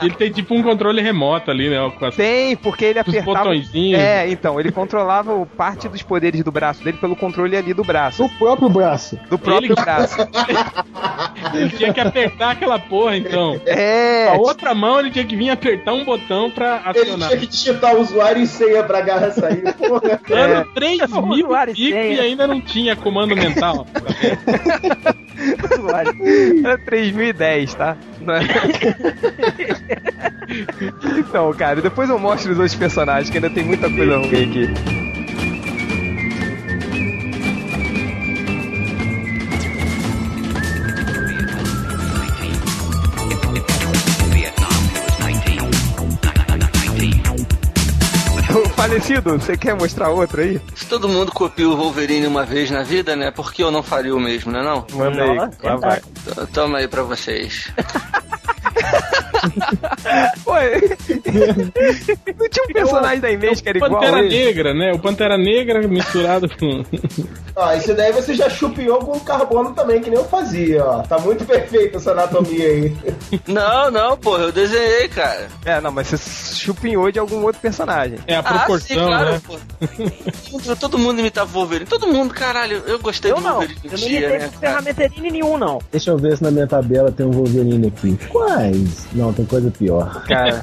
Ele tem tipo um controle remoto ali, né? Com as- Tem, porque ele os apertava. botõezinhos. É, então, ele controlava o- parte dos poderes do braço dele pelo controle ali do braço, Do próprio braço. do próprio Ele- braço. Ele tinha que apertar aquela porra, então. É, A outra mão ele tinha que vir apertar um botão pra Ele acionar. tinha que digitar o usuário e senha pra garra sair. Porra. Ano 3000 Usuário e e pico senha. e ainda não tinha comando mental. Era 3010, tá? Não é? então, cara, depois eu mostro os outros personagens, que ainda tem muita coisa ruim aqui. Ô, Falecido, você quer mostrar outro aí? Se todo mundo copia o Wolverine uma vez na vida, né? Por que eu não faria o mesmo, né não? Manda aí. Lá vai. T- Toma aí pra vocês. Ué, não tinha um personagem da Inês que era igual Pantera a ele? Negra, né? O Pantera Negra misturado com. Ó, isso daí você já chupiou com carbono também, que nem eu fazia, ó. Tá muito perfeita essa anatomia aí. Não, não, porra, eu desenhei, cara. É, não, mas você chupinhou de algum outro personagem. É Ah, a proporção, né? pô. Todo mundo imitava o Wolverine. Todo mundo, caralho, eu gostei Eu do não. Eu Wolverine um não dia, né? imitei com cara? ferramenterine nenhum, não. Deixa eu ver se na minha tabela tem um Wolverine aqui. Quais? Não, tem coisa pior. Cara.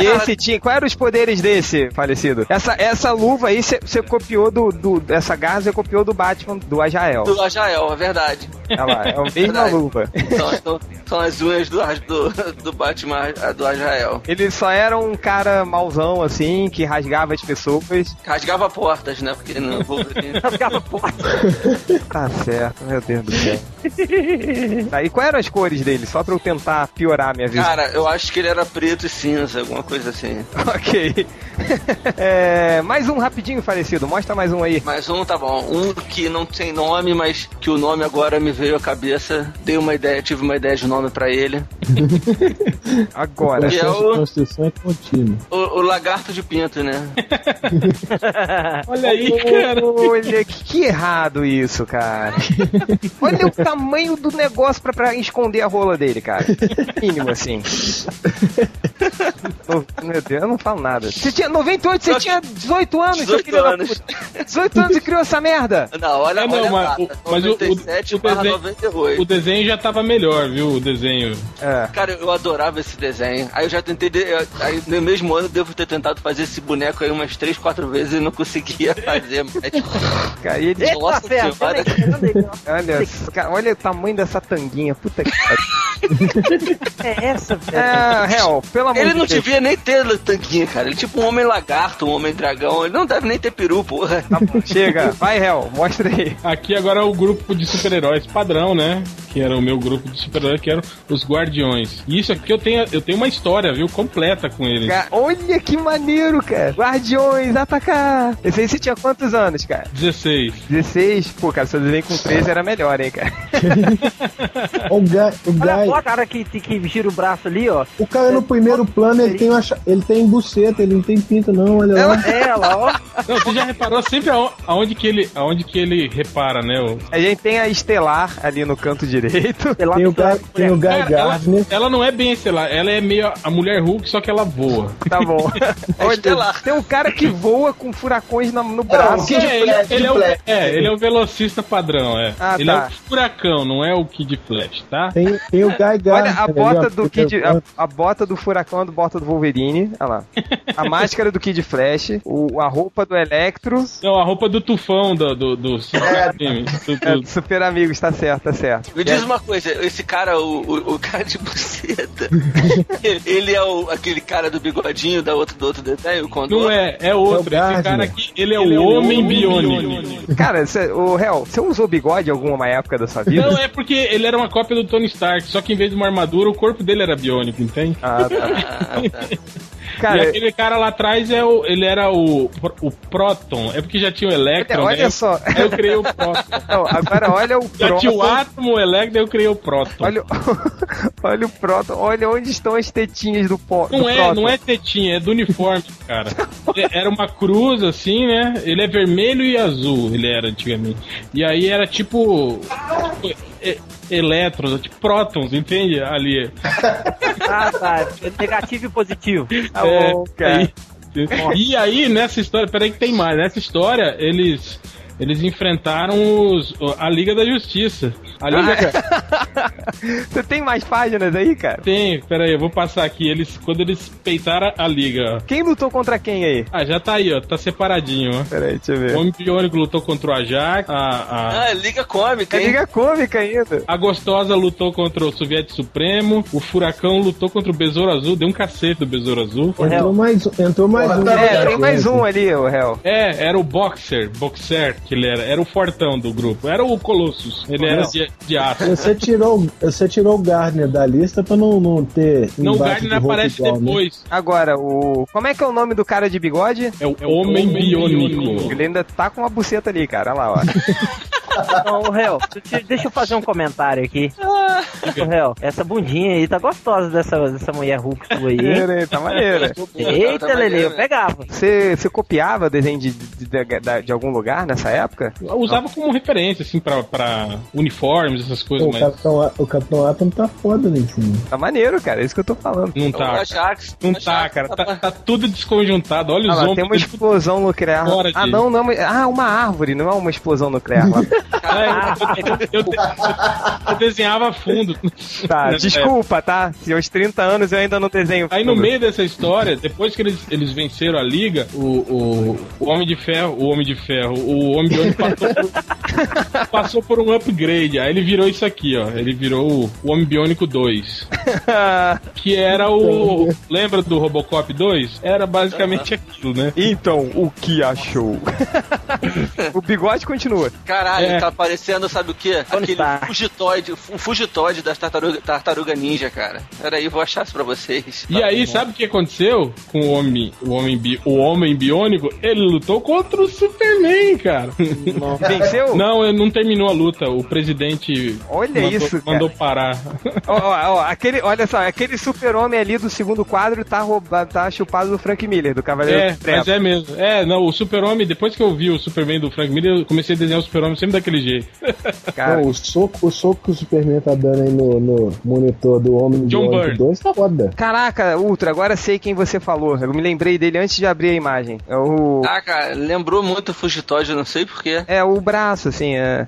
e esse tinha. Qual eram os poderes desse falecido? Essa, essa luva aí você copiou do, do. Essa garra você copiou do Batman do Ajael. Do Ajael, é verdade. Olha lá, é a mesma Verdade. luva. São, são- são as unhas do, do, do Batman, a do Ajael. Ele só era um cara mauzão, assim, que rasgava as pessoas. Rasgava portas, né? Porque no Wolverine. Rasgava porta. Tá certo, meu Deus do céu. Tá, e quais eram as cores dele? Só pra eu tentar piorar a minha visão. Cara, eu acho que ele era preto e cinza, alguma coisa assim. Ok. É, mais um rapidinho, falecido. Mostra mais um aí. Mas um tá bom. Um que não tem nome, mas que o nome agora me veio à cabeça. Dei uma ideia, tive uma ideia de nome pra ele. Agora. E é Processo o- de construção é contínuo. O, o lagarto de pinto, né? Olha aí, cara. Olha, que, que errado isso, cara. Olha o tamanho do negócio pra, pra esconder a rola dele, cara. Mínimo, assim. Oh, Meu Deus, eu não falo nada. Você tinha 98, você tinha 18 anos, seu 18 filho da anos. puta. 18 anos e criou essa merda. Não, olha, É, não, olha mas a o- data, mas o- o- 97 o barra desenho- 98. O desenho já tava melhor, viu? O desenho. É. Cara, eu adorava esse desenho. Aí eu já tentei. de- eu- Aí no mesmo ano eu devo ter tentado fazer esse boneco aí umas 3, 4 vezes e não conseguia fazer. Mas, Cara, e ele- Nossa ferro, senhora. olha aí, olha aí, ó. olha, cara, olha o tamanho dessa tanguinha. Puta que pariu. É essa, velho. É, réu, pelo amor ele de não Deus. devia nem ter tanquinho, cara. Ele é tipo um homem lagarto, um homem dragão. Ele não deve nem ter peru, porra. Tá bom, Chega, vai, réu, mostra aí. Aqui agora é o grupo de super-heróis padrão, né? Que era o meu grupo de super-heróis, que eram os Guardiões. E isso aqui eu tenho, eu tenho uma história, viu? Completa com eles. Cara, olha que maneiro, cara. Guardiões, atacar. Esse aí você tinha quantos anos, cara? 16. 16? Pô, cara, se eu desenho com 13 era melhor, hein, cara. Ó, O Guy, o, Olha só, o Guy cara que, que gira o braço ali, ó. o cara no primeiro plano, ele tem, uma, cha- ele tem buceta, ele não tem pinto, não, olha lá. Ela, ó. Não, você já reparou sempre aon- aonde que ele, aonde que ele repara, né? o- A gente tem a Estelar ali no canto direito. Sei lá, Tem o, pessoa- Ga- tem um o Guy Cara, ela, Gardner. ela não é bem, sei lá, ela é meio a- a mulher Hulk, só que ela voa. Tá bom. Olha, Estelar. Tem um cara que voa com furacões na- no Não, braço. que- Kid É, ele, Flash, Kid ele é o, Flash. é, ele é o velocista padrão, é. Ah, ele é tá. o furacão, não é o Kid Flash, tá? Tem, tem o Guy Gardner. Olha a ali, bota ó, do que Kid. A, a bota do furacão é do bota do Wolverine. Olha lá. A máscara do Kid Flash. O, a roupa do Electro. Não, É a roupa do tufão do, do, do, Super Time, do- É, do- do Super Amigos, tá certo, tá certo. Me diz uma coisa, esse cara, o, o, o cara de buceta, ele- ele é o, aquele cara do bigodinho da outro, do outro desenho? Quando Não é, é outro. É o Esse cara Gardner. aqui, ele é o homem biônico. É, Cara, cê, o Hel, você usou bigode em alguma época da sua vida? Não, é porque ele era uma cópia do Tony Stark, só que em vez de uma armadura, o corpo dele era biônico, entende? Ah, tá. Ah, tá. e Cara, aquele cara lá atrás é o, ele era o, o Proton. É porque já tinha o Electron, olha né? só. Aí Eu criei o Proton. não, agora olha o Já tinha um o Proton. átomo, o Electron, eu criei o Proton. Olha, o- olha o Proton, olha onde estão as tetinhas do, po, do Não é, Proton. não é tetinha, é do uniforme, cara. É- Era uma cruz assim, né? Ele é vermelho e azul, ele era antigamente. E aí era tipo. e- Elétrons, tipo prótons, entende? Ali. Ah, tá. Negativo e positivo. Ah, É, ô, cara. aí- e aí, nessa história, peraí que tem mais. Nessa história, eles. Eles enfrentaram os, a Liga da Justiça. A Liga Ah. Você tem mais páginas aí, cara? tem, peraí, eu vou passar aqui. Eles, quando eles peitaram a Liga, ó. Quem lutou contra quem aí? Ah, já tá aí, ó. Tá separadinho, ó. Peraí, deixa eu O ver. homem biônico lutou contra o Ajax, a, a, Ah, liga cômica, É hein? liga cômica ainda. a Gostosa lutou contra o Soviético Supremo, o Furacão lutou contra o Besouro Azul, deu um cacete do Besouro Azul. Entrou mais, um- entrou mais Porra, um. tá É, ligado, tem mais um ali, o Hel. É, era o Boxer, Boxer que ele era, era o fortão do grupo, era o Colossus, ele era de, de aço. Você tirou, você tirou o Gardner da lista pra não, não ter. Não, o embate Gardner Um de roupa aparece igual, né? depois, Agora, o. Como é que é o nome do cara de bigode? é o Homem Biônico. Ele ainda tá com uma buceta ali, cara. Olha lá, ó. Não, o réu, Então, deixa- deixa eu fazer um comentário aqui. Ah. O réu, essa bundinha aí tá gostosa dessa, dessa mulher Hulk sua aí, hein? Maneiro, hein? tá maneiro. Eita, tá Lele, né? eu pegava. Você, você copiava desenho de, de, de- da- de algum lugar nessa época? Eu Usava como referência, assim, pra, pra uniformes, essas coisas, Pô, o, mas Capitão, A- o Capitão Atom tá foda ali em cima. Tá maneiro, cara. É isso que eu tô falando. não tá. cara. Não tá, cara. Tá, tá tudo desconjuntado. Olha Ah, os lá, tem ombros. uma dele, explosão nuclear. Fora Ah, de- não, não. mas- Ah, uma árvore, não é uma explosão nuclear. lá. Ah, eu, eu- eu desenhava fundo. Tá, Né? desculpa, tá? Se aos 30 anos eu ainda não desenho. Aí no meio dessa história, depois que eles, eles venceram a liga, o, o, o Homem de Ferro, o Homem de Ferro, o Homem de Ouro passou por, passou por um upgrade. Aí ele virou isso aqui, ó. Ele virou o, o Homem Biônico 2. Que era o. Lembra do Robocop 2? Era basicamente aquilo, né? Então, o que achou? o bigode continua. Caralho, É. tá. tá parecendo, sabe o quê? Tony Aquele Stark. fugitoide, o fugitoide das tartaruga, tartaruga ninja, cara. Peraí, eu vou achar isso pra vocês. Tá E aí, sabe o que aconteceu com o homem, o homem, bi, o homem biônico? Ele lutou contra o Superman, cara. Venceu? Não, ele não terminou a luta. O presidente Olha mandou, isso, cara. mandou parar. Ó, ó, ó, aquele, olha só, aquele super-homem ali do segundo quadro tá, roubado, tá chupado do Frank Miller, do Cavaleiro É, do Trevo. mas é mesmo. É, não, o Super-Homem, depois que eu vi o Superman do Frank Miller, eu comecei a desenhar o Super-Homem sempre daquele jeito. é Cara, Não, o, soco, o soco que o Superman tá dando aí no, no monitor do Homem John Byrne. de 2 tá foda. Caraca, Ultra, agora sei quem você falou. Eu me lembrei dele antes de abrir a imagem. É o. Ah, cara, lembrou muito o fugitoide, eu não sei porquê. É o braço, assim. É...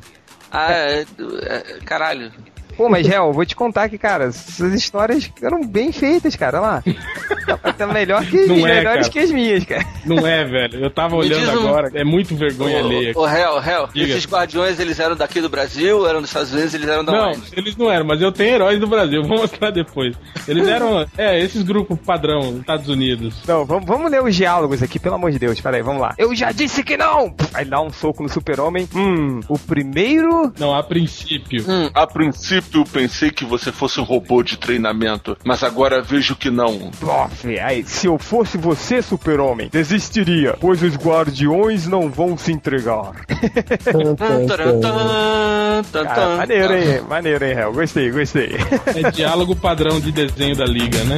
Ah, é, é, caralho. Pô, mas Hel, vou te contar que, cara, essas histórias eram bem feitas, cara. Olha lá. Até melhor que Não é, melhores cara. que as minhas, cara. Não é, velho. Eu tava Me olhando diz um- agora. É muito vergonha alheia. Ô, réu, réu, Diga. esses guardiões, eles eram daqui do Brasil, eram dos Estados Unidos, eles eram da Não, onde? eles não eram, mas eu tenho heróis do Brasil, vou mostrar depois. Eles eram, é, esses grupos padrão, Estados Unidos. Não, vamos, vamos ler os diálogos aqui, pelo amor de Deus. Peraí, vamos lá. Eu já disse que não! Aí dá um soco no super-homem. Hum, o primeiro. Não, a princípio. A princípio pensei que você fosse um robô de treinamento, mas agora vejo que não. Bof, aí, se eu fosse você, super-homem, desistiria, pois os guardiões não vão se entregar. Tan, Tan, tan, taran, tan. tan, tan, Cara, tan, maneiro, tan. hein? Maneiro, hein, Hel? Gostei, gostei. É diálogo padrão de desenho da liga, né?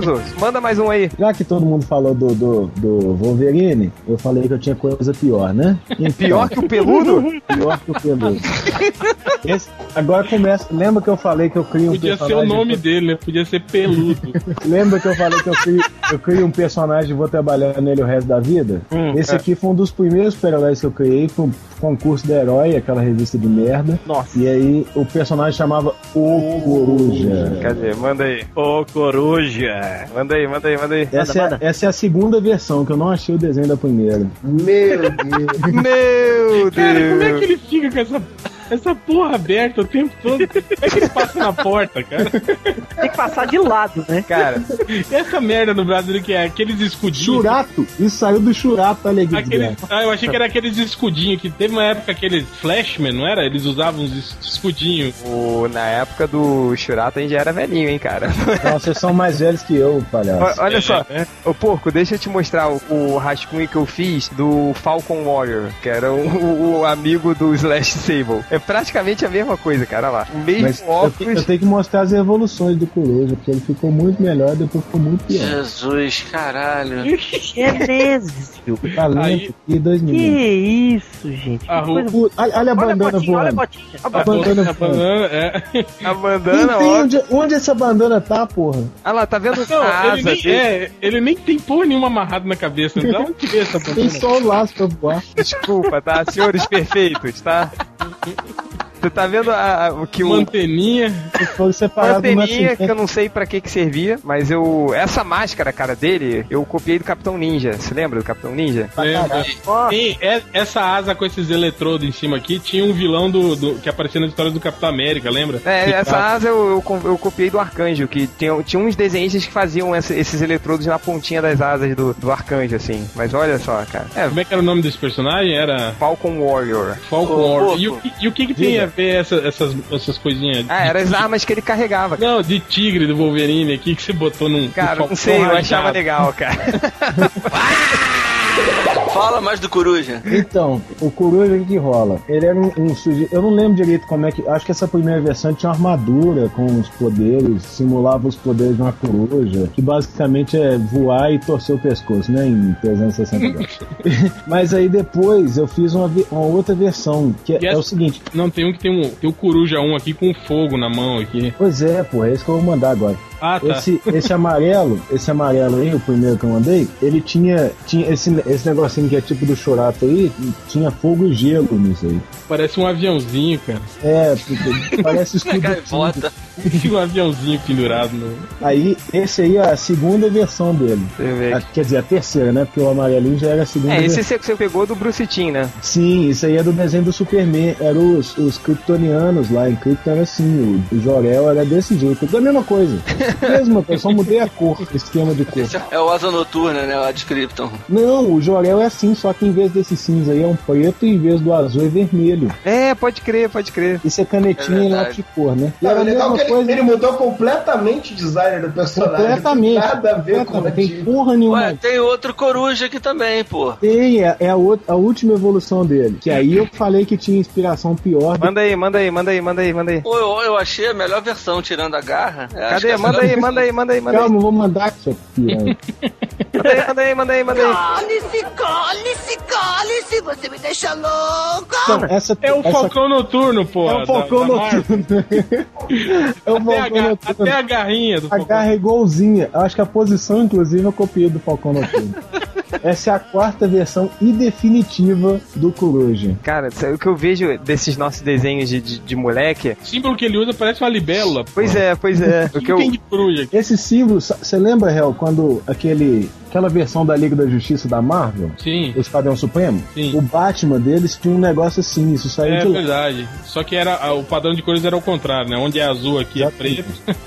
Veloso, manda mais um aí. Já que todo mundo falou do, do, do Wolverine, eu falei que eu tinha coisa pior, né? Então, Pior que o peludo? pior que o peludo. Esse- agora começa. Lembra que eu falei que eu crio um Podia ser personagem. o nome dele, né? Podia ser peludo. Lembra que eu falei que eu crio, eu crio um personagem e vou trabalhar nele o resto da vida? Esse aqui foi um dos primeiros super-heróis que eu criei, foi um concurso do herói, aquela revista de merda. Nossa. E aí o personagem chamava O Coruja. Cadê? Manda aí. Ô, coruja! Manda aí, manda aí, manda aí. Essa é, essa é a segunda versão, que eu não achei o desenho da primeira. Meu Deus. Meu Cara, como é que Deus. ele fica com essa, essa porra aberta o tempo todo? Como é que ele passa na porta, cara? Tem que passar de lado, né? Cara, E essa merda no Brasil que é aqueles escudinhos. Churato! Isso saiu do Churato, olha aqui. Aqueles, né? ah, eu achei que era aqueles escudinhos que teve uma época aqueles Flashman, não era? Eles usavam uns es- escudinhos. o- na época do Shurata a gente já era velhinho, hein, cara. Não, vocês são mais velhos que eu, palhaço. O- Olha só, É, ô porco, deixa eu te mostrar o, o rascunho que eu fiz do Falcon Warrior, que era o, o amigo do Slash Sable. É praticamente a mesma coisa, cara, olha lá. O mesmo Mas eu, te- óculos. eu tenho que mostrar as evoluções do Coruja, porque ele ficou muito melhor, depois ficou muito pior. Jesus, caralho. É Genésio. Talento Tá e 2000. Que isso, gente. Que Ah, A ru- coisa... Olha, olha a Olha a bandana botinha, olha a voando. botinha. A bandana a voando. banana, é. A Nem bandana, tem ó. onde, onde essa bandana tá, porra. Ah lá, tá vendo Não, a ele, asa nem, dele? é, ele nem tem porra nenhuma amarrado na cabeça. um Da onde que vê essa Tem banana? só o laço pra voar. Desculpa, tá? Senhores perfeitos, tá? Você tá vendo a, a- o que o Manteninha. Eles foram separados numa Lanterninha, que eu cinquenta. não sei pra que que servia, mas eu... Essa máscara, cara, dele, eu copiei do Capitão Ninja. Você lembra do Capitão Ninja? Lembra? Ó, né? Tem é- essa asa com esses eletrodos em cima aqui tinha um vilão do, do- que aparecia nas histórias do Capitão América, lembra? É, essa asa eu, eu co- eu copiei do Arcanjo, que tinha, tinha uns desenhistas que faziam essa- esses eletrodos na pontinha das asas do, do Arcanjo, assim. Mas olha só, cara. É, Como é que era o nome desse personagem? Era Falcon Warrior. Falcon Ô, Orb. louco. E, o que- e o que, que tem a ver essa- essas, essas coisinhas? Ah, eram as armas que ele carregava. Não, de tigre do Wolverine aqui que você botou num. num Cara, falcão não sei, eu rajado. achava legal, cara. Fala mais do coruja. Então, o Coruja o que que rola? Ele era um, um sujeito. Eu não lembro direito como é que. Acho que essa primeira versão tinha uma armadura com os poderes, simulava os poderes de uma coruja, que basicamente é voar e torcer o pescoço, né? Em 360 graus. Mas aí depois eu fiz uma, ve- uma outra versão, que é, E é essa- o seguinte. Não, tem um que tem um. Tem o Coruja 1 aqui com fogo na mão aqui. Pois é, porra, é isso que eu vou mandar agora. Ah, tá. Esse, esse amarelo, esse amarelo aí, o primeiro que eu mandei, ele tinha, tinha esse, esse negocinho que é tipo do chorato aí, tinha fogo e gelo nisso aí. Parece um aviãozinho, cara. É, porque parece escudo. Gaivota. Tem um aviãozinho pendurado no. Aí, esse aí é a segunda versão dele. Deixa É. eu ver Ah, aqui. Quer dizer, a terceira, né? Porque o amarelinho já era a segunda É, esse versão. você você pegou do Bruce Timm, né? Sim, isso aí é do desenho do Superman. Eram os, os kryptonianos lá. Em Krypton era assim, o, o Jorel era desse jeito. Da mesma coisa. Mesma coisa, só mudei a cor, o esquema de cor. É o Asa Noturna, né? A de Krypton. Não, o Jorel é assim, só que em vez desse cinza aí é um preto e em vez do azul é vermelho. É, pode crer, pode crer. Isso é É canetinha e verdade. lápis de cor, né? E Não, era o a legal é mesma que ele, coisa. né? ele mudou completamente o design do personagem. Completamente. Nada a ver com o Não tem antigo. porra nenhuma. Ué, tem outro coruja aqui também, pô. Tem, é, é a, ou- a última evolução dele. Que aí eu falei que tinha inspiração pior. do- Manda aí, manda aí, manda aí, manda aí, manda aí. Pô, eu, eu achei a melhor versão tirando a garra. É, acho que Cadê? essa Manda não- aí, manda aí, manda aí, manda aí. Calma, eu vou mandar Então, aqui, seu piranha. Manda aí, manda aí, manda aí, manda aí. Cole-se, cole-se, cole-se, você me deixa louco. Então, essa, É o essa- Falcão Noturno, pô. É o Falcão Noturno. é o Até, a, Falcão ga- até Noturno. a garrinha do A Falcão. garra é igualzinha. Eu Acho que a posição, inclusive, eu copiei do Falcão Noturno. Essa é a quarta versão e definitiva do Coruja. Cara, sabe o que eu vejo desses nossos desenhos de, de, de moleque. O símbolo que ele usa parece uma libélula. pô. Pois é, pois é. O Não que eu, tem de coruja aqui. Esse símbolo, você lembra, Hel, quando aquele, aquela versão da Liga da Justiça da Marvel, Sim. o Esquadrão Supremo, Sim. o Batman deles tinha um negócio assim, isso saiu É de lá. verdade. Só que era a- o padrão de cores era o contrário, né? Onde é azul aqui é Exatamente. preto.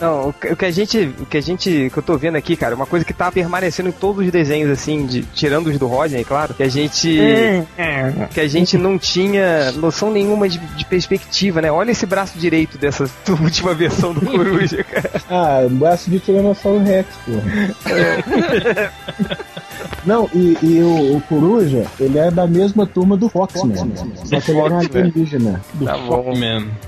Não, o que o que a gente, o que a gente, que eu tô vendo aqui, cara, uma coisa que tá permanecendo em todos os desenhos assim, de- tirando os do Rodney, claro, que a gente, É, que a gente não tinha noção nenhuma de, de perspectiva, né? Olha esse braço direito dessa última versão do Coruja, cara. É. Ah, braço de Tiranossauro Rex, porra. Não, e, e o, o Coruja, ele é da mesma turma do Foxman. Só que ele era um Foxman. alienígena. Tá bom.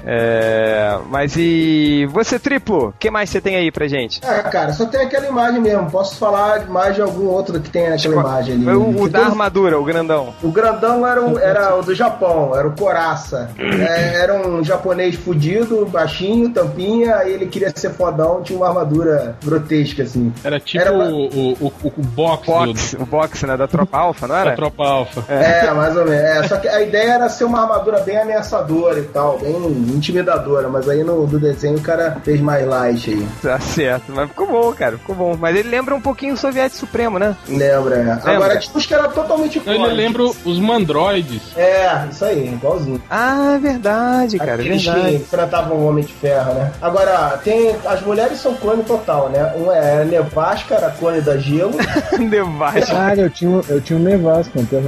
É, mas e você, triplo? O que mais você tem aí pra gente? Ah, cara, só tem aquela imagem mesmo. Posso falar mais de algum outro que tem aquela imagem ali. Foi Tipo, o, Uhum. o Que da tem- armadura, o grandão. O grandão era o, era o do Japão, era o Coraça. Uhum. É, era um japonês fudido, baixinho, tampinha, aí ele queria ser fodão, tinha uma armadura grotesca, assim. Era tipo Era uma- o, o, o, o box, Box, o box, né? Da tropa alfa, não do, era? da tropa alfa. É, mais ou menos. É, só que a ideia era ser uma armadura bem ameaçadora e tal, bem intimidadora, mas aí no do desenho o cara fez mais light aí. Tá certo, mas ficou bom, cara, ficou bom. Mas ele lembra um pouquinho o Soviético Supremo, né? Lembra? né? Agora, tipo, os caras totalmente Então ele clones. lembra os mandroides. É, isso aí, igualzinho. Ah, é verdade, cara, é Aqueles que verdade. enfrentavam o Homem de Ferro, né? Agora, tem. As mulheres são clone total, né? Uma é a Nevasca, era clone da Gelo, Devasca. Cara, eu tinha, um- eu tinha um Nevasco, então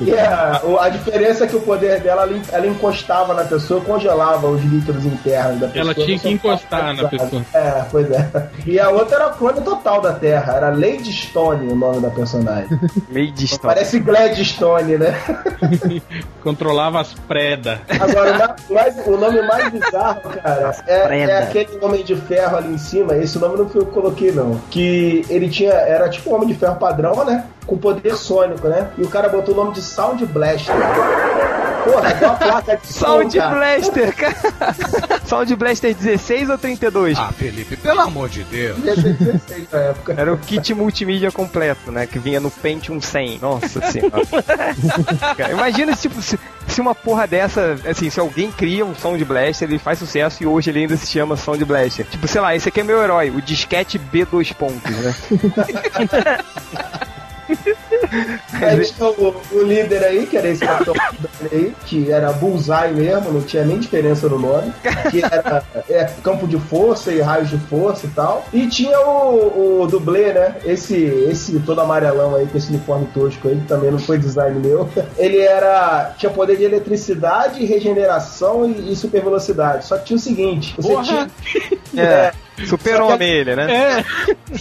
e a, o- a diferença é que o poder dela, ela, en- ela encostava na pessoa, congelava os líquidos internos da pessoa. Ela tinha que Não são encostar na fatalizadas. pessoa. É, pois é. E a outra era clone total da Terra, era Lady Stone o nome da personagem. Meio distante. Parece Gladstone, né? Controlava as predas. Agora, o ma- mais- o nome mais bizarro, cara, é, prenda. é aquele Homem de Ferro ali em cima. Esse nome não foi eu que coloquei, não. Que ele tinha. Era tipo um Homem de Ferro padrão, né? Com poder sônico, né? E o cara botou o nome de Sound Blaster. Porra, é uma placa de som, Sound cara. Blaster, cara. Sound Blaster 16 ou 32? Felipe, pelo amor de Deus. Devia ter 16 na época. Era o kit multimídia completo, né? Que vinha no Pentium 100. Nossa senhora. Cara, imagina se, tipo, se, se uma porra dessa, assim, se alguém cria um Sound Blaster, ele faz sucesso e hoje ele ainda se chama Sound Blaster. Tipo, sei lá, esse aqui é meu herói, o disquete B2 pontos, né? Aí tinha o, o líder aí, que era esse capitão aí, que era Bullseye mesmo, não tinha nem diferença no nome. Que era é, campo de força e raios de força e tal. E tinha o, o dublê, né? Esse, esse todo amarelão aí, com esse uniforme tosco aí, que também não foi design meu. Ele era. tinha poder de eletricidade, regeneração e, e super velocidade. Só que tinha o seguinte: você tinha. É. Super-homem ele, né?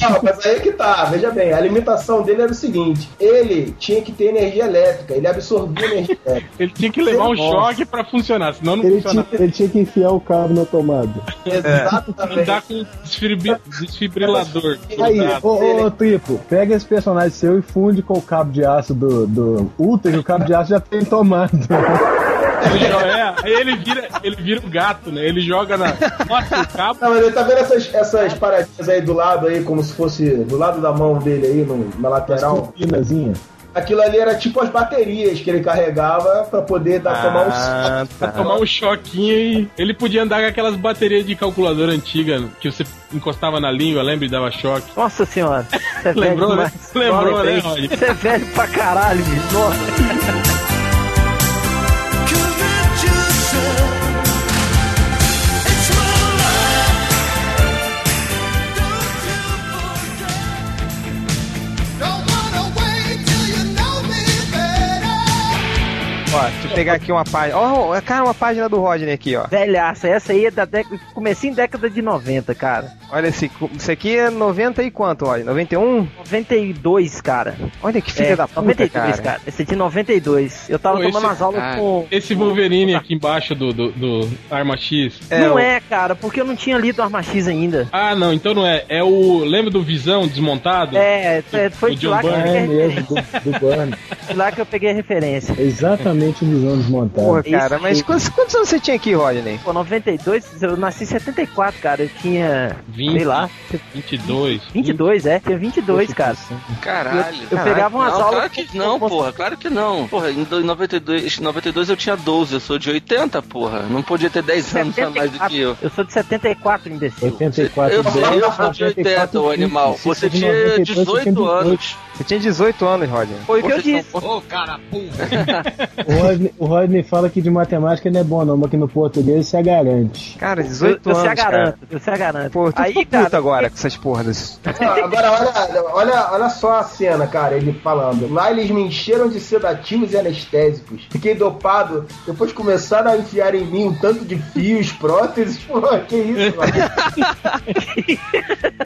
Não, mas aí que tá, veja bem, a limitação dele era o seguinte: ele tinha que ter energia elétrica, ele absorvia energia elétrica. Ele tinha que levar um Nossa. choque pra funcionar, senão não ele, tinha, funcionava. ele tinha que enfiar o cabo na tomada. É. Exatamente. Andar com desfibri- desfibrilador. Aí, grudado. ô, ô, ô Triplo, pega esse personagem seu e funde com o cabo de aço do, do Ultra, que o cabo de aço já tem tomado. É, aí ele vira, ele vira um gato, né? Ele joga na. Nossa, o cabo. Não, mas ele tá vendo essas, essas paradinhas aí do lado aí, como se fosse do lado da mão dele aí, no- na lateral. Pinazinha. Aquilo ali era tipo as baterias que ele carregava pra poder dar, tomar um Ah, Pra tá. tomar um choquinho e. Ele podia andar com aquelas baterias de calculadora antiga que você encostava na língua, lembra? E dava choque. Nossa senhora. Você é velho Lembrou, né? demais. Lembrou, né, Olha, Rony? Você é velho pra caralho, bicho. Nossa. Ó, deixa eu pegar aqui uma página. Ó, ó, cara, uma página do Rodney aqui, ó. Velhaça. Essa aí é da década. Comecinho década de 90, cara. Olha esse. cu- Isso aqui é 90 e quanto, Rodney? 91? 92, cara. Olha que filha é, da puta, 92, cara. Esse é de 92. Eu tava Pô, tomando esse- é as aulas cara. com. Esse Wolverine aqui embaixo do, do, do Arma X. o- não é, cara, porque eu não tinha lido Arma X ainda. Ah, não, então não é. É o. Lembra do Visão desmontado? É, é, foi O de lá, John que eu Byrne. peguei a É mesmo, referência. do, do Burn. de lá que eu peguei a referência. É Exatamente o visão Porra, desmontado. cara, Isso mas aí. quantos, quantos anos você tinha aqui, Rodney? Pô, 92, eu nasci em 74, cara. Eu tinha, 20, sei lá, 22. 22, é. Tinha 22, cara. Caralho. Eu pegava umas não, aulas. claro que não, porra, claro que não. Porra, em do- em 92, em 92 eu tinha 12, eu sou de 80, porra. Não podia ter 10 anos a mais do que eu. sou de 74, imbecil. 84 eu sou- eu 10, sou de 80, 84, o animal. 15, Você de tinha 92, 18 78. anos. Você tinha 18 anos, Rodney. Foi o que eu Vocês disse. são- Ô, cara, pum. O Rodney, o Rodney fala que de matemática não é bom, não, mas que no português se garante. Cara, 18 eu, anos. Eu se garanto, cara. eu se garanto. Pô, eu tô Aí, Aí, puto cara, agora com essas porras. Ah, agora, olha, olha, olha só a cena, cara, ele falando. Lá eles me encheram de sedativos e anestésicos. Fiquei dopado. Depois começaram a enfiar em mim um tanto de fios, próteses. Pô, que isso, mano?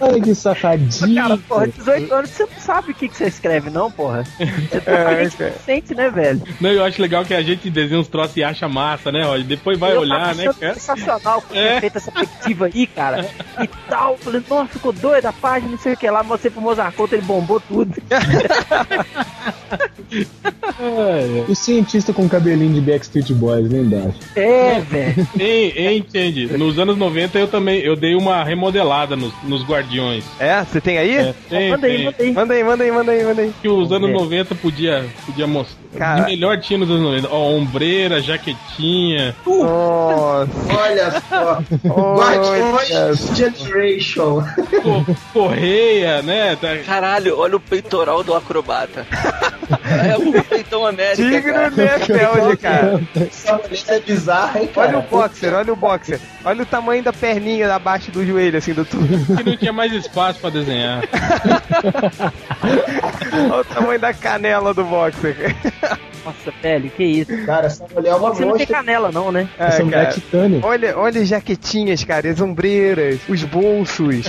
Olha que safadinho. Cara, porra, 18 anos você não sabe o que, que você escreve, não, porra. Você tá É, totalmente cara. inocente, né, velho? Não, eu acho legal que a gente desenha uns troços e acha massa, né, Roger? Depois vai eu olhar, tava né, achando cara? sensacional que tinha feito essa perspectiva aí, cara. E tal, falei, nossa, ficou doida a página, não sei o que lá, mostrei pro Mozart Couto, ele bombou tudo. É, O cientista com cabelinho de Backstreet Boys, lá embaixo. É, velho. Ei, ei, entende. Nos anos 90 eu também eu dei uma remodelada nos, nos guardiões. É? Você tem aí? manda, aí manda aí, É. manda aí. Manda aí, manda aí, manda aí. Que os anos ver. 90 podia, podia mostrar. Cara. O melhor tinha nos anos 90. Ó, ombreira, jaquetinha. Nossa. Olha só. Guardiões Generation. Correia, né? Caralho, olha o peitoral do acrobata. é o peitão América. Digno, cara. né, Felge, cara? Essa mulher é bizarra, hein, cara? Olha o boxer, olha o boxer. Olha o tamanho da perninha abaixo do joelho, assim, do tudo. Que não tinha mais espaço pra desenhar. Olha o tamanho da canela do boxer. Nossa, velho, que isso. Cara, essa mulher é uma Você não tem monstra. canela, não, né? É, Essa mulher é cara. titânio. Olha, olha as jaquetinhas, cara, as ombreiras, os bolsos.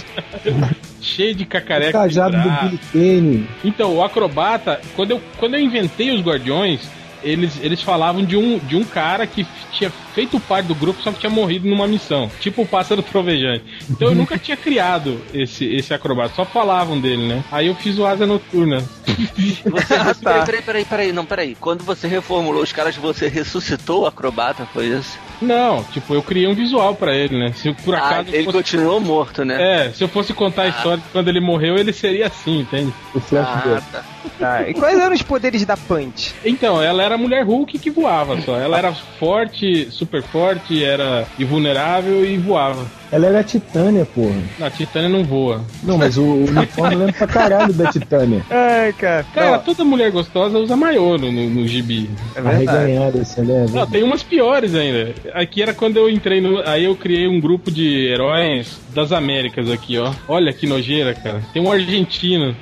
Cheio de O cacareca. Tá, cajado de do braço. Billy Kane. Então, o acrobata, quando eu, quando eu inventei os guardiões, eles, eles falavam de um, de um cara que f- tinha feito parte do grupo, só que tinha morrido numa missão, tipo o pássaro trovejante. Então eu nunca tinha criado esse, esse acrobata, só falavam dele, né? Aí eu fiz o asa noturna. Você, tá. Ah, peraí, peraí, peraí, peraí, não, peraí. Quando você reformulou os caras, você ressuscitou o acrobata, foi isso? Não, tipo, eu criei um visual pra ele, né? Se eu, por Ah, acaso. ele fosse- continuou morto, né? É, se eu fosse contar a história de quando ele morreu, ele seria assim, entende? O Ah, Flashback. tá. Tá, E quais eram os poderes da Punch? Então, ela era a mulher Hulk que voava só. Ela era forte, super forte, era invulnerável e voava. Ela era Titânia, porra. Não, a Titânia não voa. Não, mas o, o uniforme lembra pra caralho da Titânia. Ai, cara. Cara, toda mulher gostosa usa maiô no, no, no gibi. Não, é verdade. Arreganhada assim, né? esse leve. Não, tem umas piores ainda. Aqui era quando eu entrei no. Aí eu criei um grupo de heróis das Américas aqui, ó. Olha que nojeira, cara. Tem um argentino,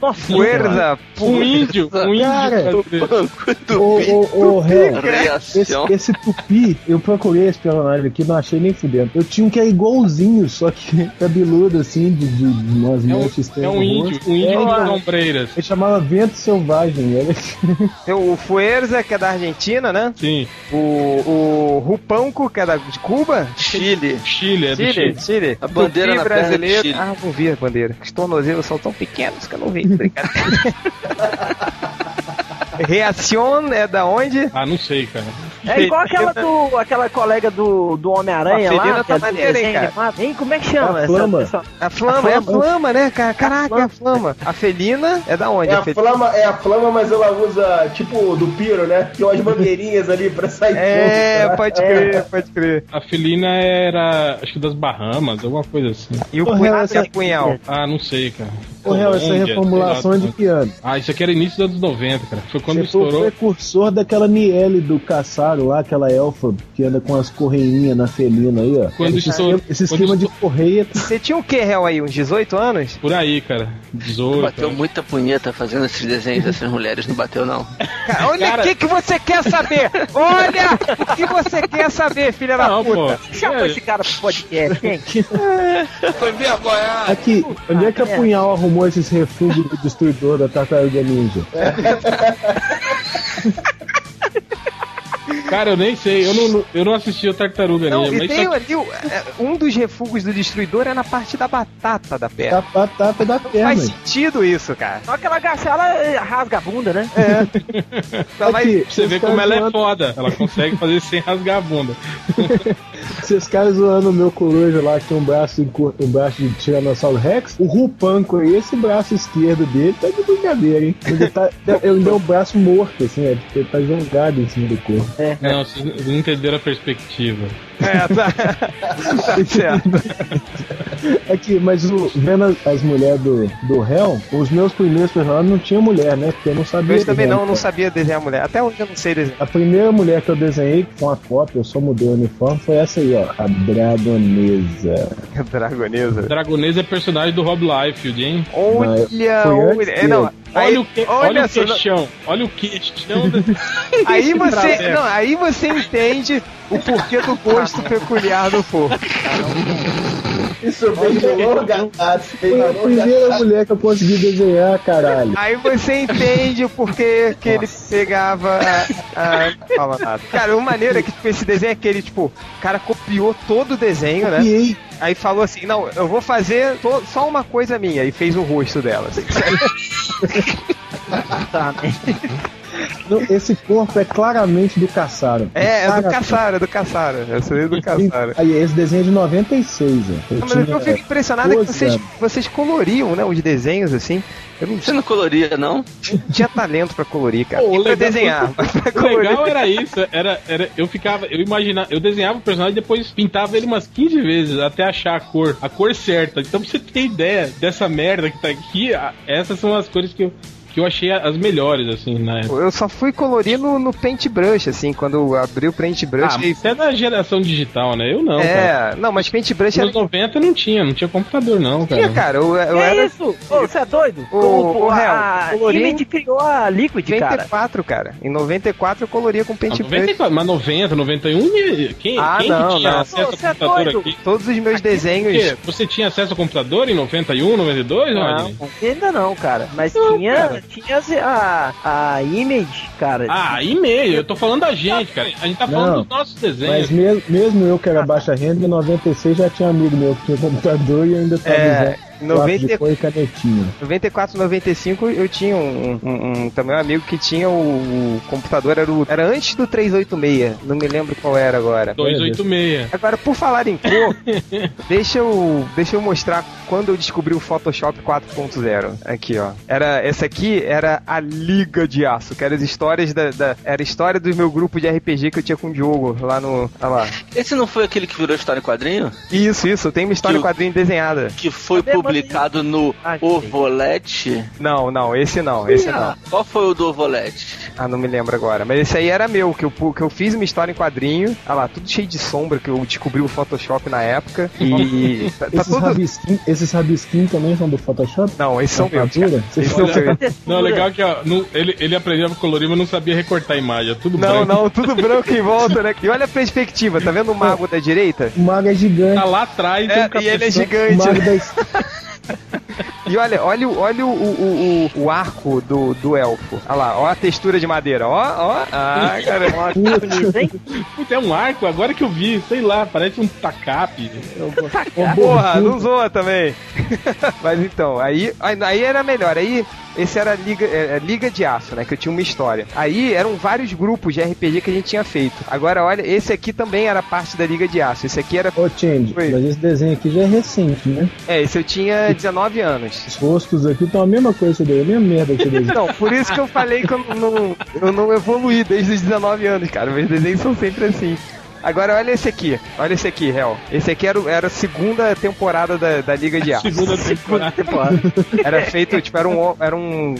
Nossa, Fuerza, um pu- índio, um índio. Cara, brasileiro. Ô, ô, ô, réu. Esse, tá. Reação. esse tupi, eu procurei esse personagem aqui, não achei nem fudendo. Eu tinha um que é igualzinho, só que cabeludo, assim, de, de umas É um, manchas é no um índio, rosto. um É, índio ele- com ombreiras. Ele chamava Vento Selvagem, né? era tem o Fuerza, que é da Argentina, né? Sim. O, o Rupanco, que é da, de Cuba. Chile. Chile, é do Chile. Chile, Chile. A bandeira Tupi na perna do brasileiro. Chile. Ah, não vi a bandeira. Os tornozelos são tão pequenos que eu não tá vi. Obrigado. Reacion é da onde? Ah, não sei, cara. É igual aquela do aquela colega do, do Homem-Aranha A lá, Felina que é tá do maneira, hein, desenho cara? animado. Hein, como é que chama A essa Flama. pessoa? A Flama, é a Flama, né, cara? Caraca, é a Flama. A Felina é da onde? É a, Felina? flama, é a flama, mas ela usa tipo do piro, né? Tem umas bandeirinhas ali pra sair É, fogo, cara. pode crer, pode crer. A felina era, acho que das Bahamas, alguma coisa assim. E o Porra, punhal essa- é punhal. Ah, não sei, cara. Ô, réu, essa Colômbia, reformulação é sei lá. de piano. Ah, isso aqui era início dos anos 90, cara. Foi quando Você foi o estourou. precursor daquela Niele do Caçaro lá, aquela elfa que anda com as correinhas na felina aí, ó. Quando esse estourou- esquema, esse quando esquema de correia. tá Você tinha o que, réu, aí? Uns 18 anos? Por aí, cara. 18. Bateu né? muita punheta fazendo esses desenhos dessas mulheres, não bateu, não. Cara, olha o que, que você quer saber! Olha o que você quer saber, filha da Não, puta! pô. Chamou É, esse cara pro podcast, hein? Foi vergonha. Ah, Aqui, onde é que merda. a Punhal arrumou esses refúgios do destruidor da tartaruga ninja? Cara, eu nem sei. Eu não, eu não assisti o Tartaruga Não, Ninja, e mas tem só- ali o- é, um dos refugos do destruidor é na parte da batata É. da A perna. batata da Faz perna. sentido isso, cara. Só que ela agachar, ela eh, rasga a bunda, né? Ela vai- Tá Aqui, Você os vê caras como ela é zoando- foda. Ela consegue fazer sem rasgar a bunda. Esses caras zoando o meu coruja lá, que tem um braço, encur- um braço de Tiranossauro Rex, o Rupanco aí, esse braço esquerdo dele tá de brincadeira, hein? Ele, tá, ele deu um braço morto, assim, é, ele tá jogado em cima do corpo. Não, vocês não entenderam a perspectiva. É, tá. tá certo. Aqui, mas o, vendo as- as mulheres do, do réu, os meus primeiros personagens não tinham mulher, né? Porque eu não sabia. Eu também desenhar, não, não cara. sabia desenhar mulher. Até hoje eu não sei desenhar. A primeira mulher que eu desenhei com a foto, eu só mudei o uniforme, foi essa aí, ó. A Dragonesa. Dragonesa. Dragonesa é personagem do Rob Liefeld, hein? Olha, é, Foi antes olha, é, dele. não, aí- Olha o, que, olha né? olha o só, queixão. Olha o queixão. da- Aí você, Traveco. não, aí você entende o porquê do Tá. gosto peculiar do povo. Isso veio de longa data. veio Foi a de longa primeira mulher que eu consegui desenhar, caralho. Aí você entende o porquê que ele pegava. A, a- não fala nada. Cara, uma maneira que tipo, esse desenho é que ele, tipo, o cara copiou todo o desenho, né? Copiei. Aí falou assim: não, eu vou fazer to- só uma coisa minha. E fez o rosto dela. assim. Não, esse corpo é claramente do Caçaro. É, é do Cara, Caçara, é do Caçara. Eu sou do Caçara. Aí, esse desenho é de 96, ó. Não, mas eu né? tinha- fico impressionado que 12 vocês, anos. vocês coloriam, né? Os desenhos, assim. Eu não Você não coloria, não? tinha talento pra colorir, cara. Pô, E pra legal- desenhar. mas pra O legal colorir. era isso, era, era eu ficava, eu imaginava, eu desenhava o personagem e depois pintava ele umas 15 vezes até achar a cor, a cor certa. Então pra você ter ideia dessa merda que tá aqui, a- essas são as cores que eu, que eu achei as melhores, assim, na época. Eu só fui colorir no, no paintbrush, assim, quando eu abri o paintbrush. Ah, e- mas você é da geração digital, né? Eu não, é, cara. não, mas paintbrush era. Nos 90 não tinha, não tinha computador, não, cara. Tinha, cara, eu, eu Que era isso? Ô, você é doido? Ô, Como, ô, a- Real, a colorinho- Image criou a Liquid, em cara. 94, cara. Em 94 eu coloria com Ah, paintbrush. 94, mas 90, 91, e- quem, É tipo Ah, quem não, que tinha não. acesso Ô, ao você é computador doido. aqui? Todos os meus desenhos. Porque Você tinha acesso ao computador em 91, 92, Rodney? Não, ainda não, cara. Mas tinha, tinha a, a Image, cara. Ah, e-mail, eu tô falando da gente, cara. A gente tá falando Não, dos nossos desenhos. é, Mas mesmo, mesmo eu que era baixa renda, em 96 já tinha amigo meu que tinha computador e ainda tava É, usando lápis de 90 cor e canetinha. 94, 95 eu tinha um, um- um- também um amigo que tinha o, o computador, era, o, era antes do 386, não me lembro qual era agora. 286. Agora, por falar em cor, deixa eu, deixa eu mostrar quando eu descobri o Photoshop 4.0. Aqui, ó. Era, essa aqui era a Liga de Aço, que era as histórias da, da- era a história do meu grupo de RPG que eu tinha com o Diogo lá no, olha lá. Esse não foi aquele que virou história em quadrinho? Isso, isso, tem uma história em Que o- quadrinho desenhada. Que foi Cadê, publicado no Ah, que Ovolete? Não, não, esse não, esse não. Qual foi o do Ovolete? Ah, não me lembro agora. Mas esse aí era meu, que eu, pu- que eu fiz uma história em quadrinho. Ah lá, tudo cheio de sombra, que eu descobri o Photoshop na época. E. tá, tá Esses, tudo. rabisquinhos esses rabisquinho também são do Photoshop? Não, esses são meus. Rapadura? cara. Vocês Esses são meus. Não, o legal é que ó, não- ele, ele aprendeu a colorir, mas não sabia recortar a imagem. é Tudo Não, branco. não, tudo branco em volta, né? E olha a perspectiva, tá vendo o mago da direita? O mago é Tá gigante. lá atrás tem um É, e ele é cabeção. O gigante. mago né? da esquerda. E olha, olha, o- olha o, o, o- o arco do, do elfo. Olha lá, ó a textura de madeira. Ó, ó. Ah, cara. Ó, que bonito, hein? Puta, é um arco, agora que eu vi, sei lá, parece um tacape. Um Porra, não zoa também. Mas então, aí, aí aí era melhor. Aí esse era a Liga, é, é, Liga de Aço, né? Que eu tinha uma história. Aí eram vários grupos de RPG que a gente tinha feito. Agora, olha, esse aqui também era parte da Liga de Aço. Esse aqui era. Ô, Change, Oi. mas esse desenho aqui já é recente, né? É, esse eu tinha 19 anos. Os rostos aqui estão a mesma coisa que você deu, a mesma merda que você desenhou. Então, por isso que eu falei que eu não, eu não evoluí desde os 19 anos, cara. Meus desenhos são sempre assim. Agora olha esse aqui, olha esse aqui, Hel. Esse aqui era, o- era a segunda temporada da, da Liga de Aço. Segunda temporada. Ah, Era feito, tipo, era um, era um,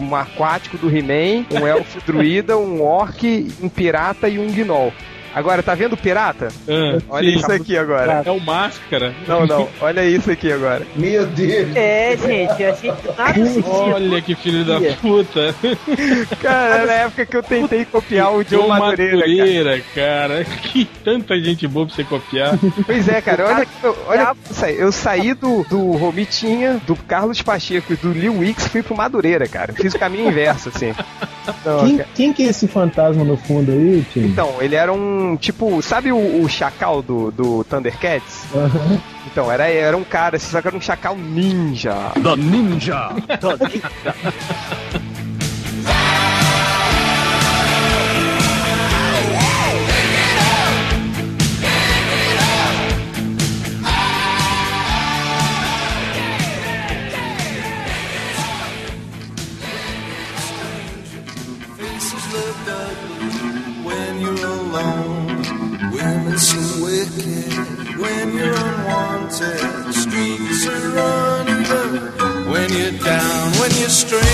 um aquático do He-Man, um elfo druida, um orc, um pirata e um gnoll. Agora, tá vendo o pirata? Ah, Olha sim. isso aqui agora. É o máscara. Não, não, olha isso aqui agora. Meu Deus. É, gente, a gente nada assistia. Olha que filho da puta. Cara, era a época que eu tentei copiar o Joe João Madureira, cara. Madureira, cara. Que tanta gente boa pra você copiar. Pois é, cara, olha, olha isso aí. eu saí do, do Romitinha, do Carlos Pacheco e do Lil Wicks, fui pro Madureira, cara. Fiz o caminho inverso, assim. Não, Quem, cara. quem que é esse fantasma no fundo aí, Change? Então, ele era um, tipo, sabe o, o chacal do, do Thundercats? Aham. Então, era, era um cara, só que era um chacal ninja. The Ninja. When you're alone, women seem wicked when you're unwanted.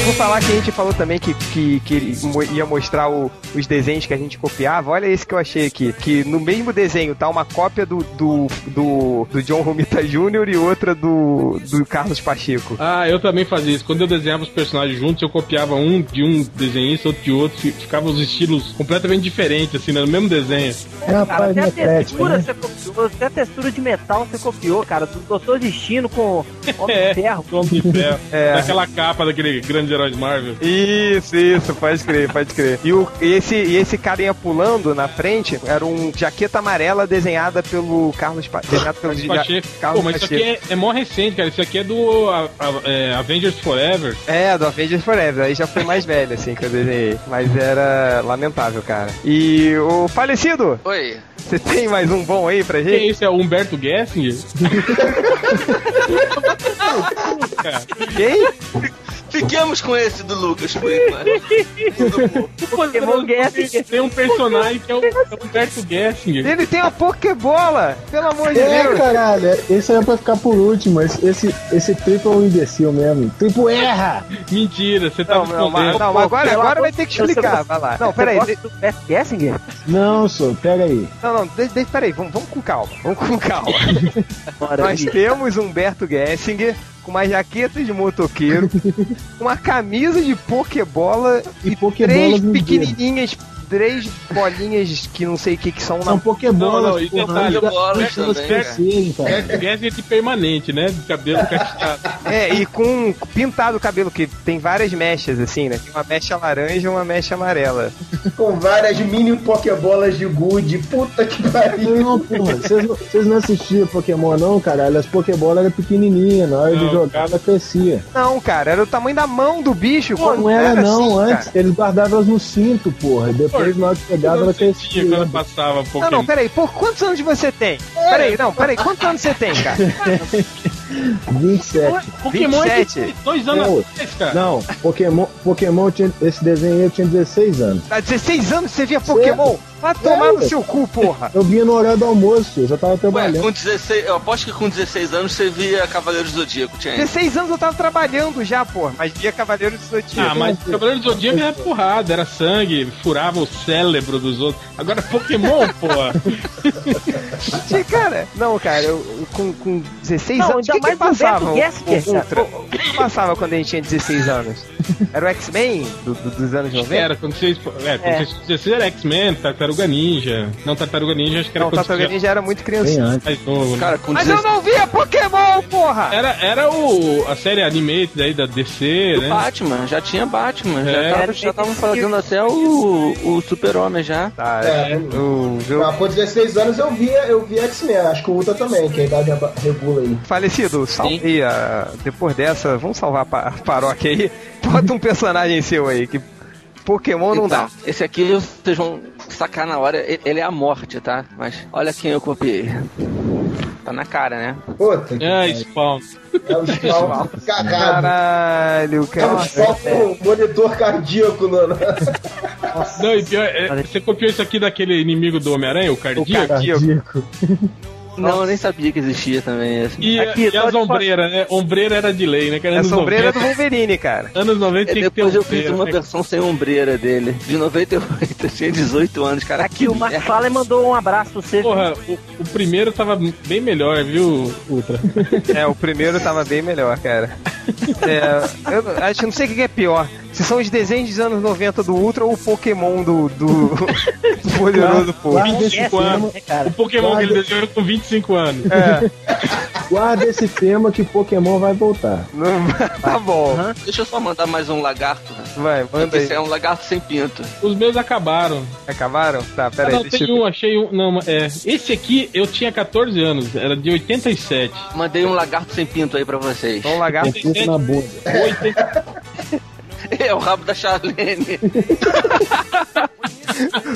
Vou falar que a gente falou também que, que, que mo- ia mostrar o- os desenhos que a gente copiava. Olha esse que eu achei aqui. Que no mesmo desenho tá uma cópia do, do, do, do John Romita Jr. e outra do, do Carlos Pacheco. Ah, eu também fazia isso. Quando eu desenhava os personagens juntos, eu copiava um de um desenhista, outro de outro, fi- ficava os estilos completamente diferentes, assim, né, no mesmo desenho. Cara, até a textura, né? você copiou, até a textura de metal você copiou, cara. Do Doutor Destino com Homem de Ferro. Homem de Ferro. É. Daquela capa daquele grande herói Marvel. Isso, isso, pode crer, pode crer. E, o, e esse, e esse carinha pulando na frente era um jaqueta amarela desenhada pelo Carlos pa desenhado pelo Carlos ja- Pacheco. Carlos Pô, mas isso aqui Pacheco. é, é mó recente, cara. Isso aqui é do a- a- é, Avengers Forever. É, do Avengers Forever. Aí já foi mais velho, assim, que eu desenhei. Mas era lamentável, cara. E o falecido, Oi. você tem mais um bom aí pra Quem é gente? esse? É o Humberto Gessinger? Quem? Fiquemos com esse do Lucas, por enquanto. Pokémon Gessinger. Tem um personagem que é o, é o Humberto Gessinger. Ele tem uma Pokébola! Pelo amor de É, Deus! caralho, esse era pra ficar por último. Esse, esse, esse triplo é um imbecil mesmo. Triplo erra! Mentira, você tá Não, não, mas, escondendo. não, mas agora, Pelo agora amor vai de ter que Deus, explicar. você- Vai lá. Não, peraí. Você gosta de- do Bert Gessinger? Não, sou, pera aí. Não, não, de, de, peraí, vamos, vamos com calma. Vamos com calma. Bora, Nós bicho. temos um Humberto Gessinger com uma jaqueta de motoqueiro, uma camisa de pokebola E três pokebolas no dedo. pequenininhas, três bolinhas que não sei o que que são São na pokebolas, Não, não, e porra, né? detalhe, né, elas- bolas elas também, crescem, cara. Humberto Gessinger de permanente, né? De cabelo cacheado. É, e com pintado o cabelo, que tem várias mechas, assim, né? Tem uma mecha laranja e uma mecha amarela. É, Com várias mini pokebolas de gude. Puta que pariu. Não, porra, vocês não- vocês não assistiam Pokémon não, caralho? As Pokébolas eram pequenininhas, na hora de Não, jogar cara. ela crescia. Não, cara, era o tamanho da mão do bicho. Pô, quando não era não, assim, antes eles guardavam elas no cinto, porra. e Depois na hora que pegava ela Você tinha crescia. quando passava um Cara. Não, Pokémon. não, peraí, por quantos anos você tem? Peraí, não, peraí, quantos anos você tem, cara? 27. Pokémon é 27. de dois anos Ah, Não. atrás, cara. Não, Pokémon, Pokémon tinha, esse desenho aí eu tinha 16 anos. Há 16 anos você via Pokémon? Vai tomar no seu cu, porra. Eu vinha no horário do almoço, tio, eu já tava Ué, trabalhando. com 16, eu aposto que com 16 anos você via Cavaleiros do Zodíaco, tinha. 16 anos eu tava trabalhando já, porra. Mas via Cavaleiros do Zodíaco. Ah, mas o Cavaleiro do Zodíaco era porrada, era sangue, furava o cérebro dos outros. Agora Pokémon, porra. Gente, cara, não, cara, eu, eu com, com 16 Não, anos, ainda o que, que mais passava? Humberto O, Gessinger, o, cara. Ultra? o que, que passava quando a gente tinha 16 anos? Era o X-Men do- do- dos anos 90? Era, quando vocês. É, quando É. vocês vocês eram X-Men, Tartaruga Ninja. Não, Tartaruga Ninja acho que era Não, quando Tata você Ninja era muito Bem criança. antes. era mais novo. né? Cara, com Mas eu 16 não via Pokémon, porra! Era, era o, a série animated aí da DC, do né? Batman, já tinha Batman, É. já tava, já tava fazendo até o, o Super-Homem já. Tá, É. o Ah, com 16 anos eu via, eu via X-Men, acho que o Ultra também, que a idade aba- regula aí. Falecido, salve a... depois dessa, vamos salvar a pa- a paróquia aí. Bota um personagem seu aí, que Pokémon não dá. Então, Esse aqui vocês vão sacar na hora, ele ele é a morte, tá? Mas olha quem eu copiei. Tá na cara, né? Puta que É, pariu. Spawn. É o Spawn cagado. Caralho, É o cara. um Spawn com monitor cardíaco, mano. Não, e pior, é, você copiou isso aqui daquele inimigo do Homem-Aranha, o Cardíaco. Cardíaco. Não, eu nem sabia que existia também esse. E, Aqui, e só as de- ombreiras, né? Ombreira era de lei, né? Cara, É a anos sombreira 90, do Wolverine, cara. Anos 90 É, tinha que ter depois eu fiz ombreira, uma né? versão sem ombreira dele, de 98, eu tinha 18 anos, cara. Aqui o Mark merda. Fallen mandou um abraço pra você. Porra, o, o primeiro tava bem melhor, viu, Ultra? É, o primeiro tava bem melhor, cara. É, eu não- acho não sei o que que é pior. Se são os desenhos dos anos 90 do Ultra ou o Pokémon do, do, do poderoso Pô. Guarda esse, Cinco anos. tema, né, cara? O Pokémon que ele Guarda. desenhou com 25 anos. guarda esse tema que Pokémon vai voltar. Não- tá bom, Deixa eu só mandar mais um lagarto. né? vai, manda aí. Esse é um lagarto sem pinto. Os meus acabaram. Acabaram? Tá, Ah, pera aí, não, deixa tem eu... um, achei um. Não, é. Esse aqui eu tinha 14 anos, era de 87. Mandei um lagarto sem pinto aí pra vocês. Só um lagarto. Tem pinto na bunda. É o rabo da Charlene.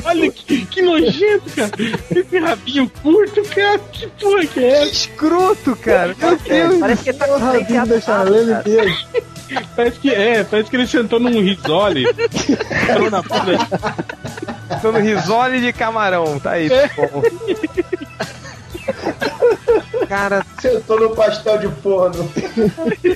Olha que, que nojento, cara. Esse rabinho curto, cara. Que porra que é? Que escroto, cara. Meu Deus. Parece que ele tá com Porra, três tem reais. deixar lendo inteiro. Parece que é, parece que ele sentou num risole. entrou na bunda. Tô no risole de camarão, tá aí. Bom. Cara, Sentou no pastel de forno.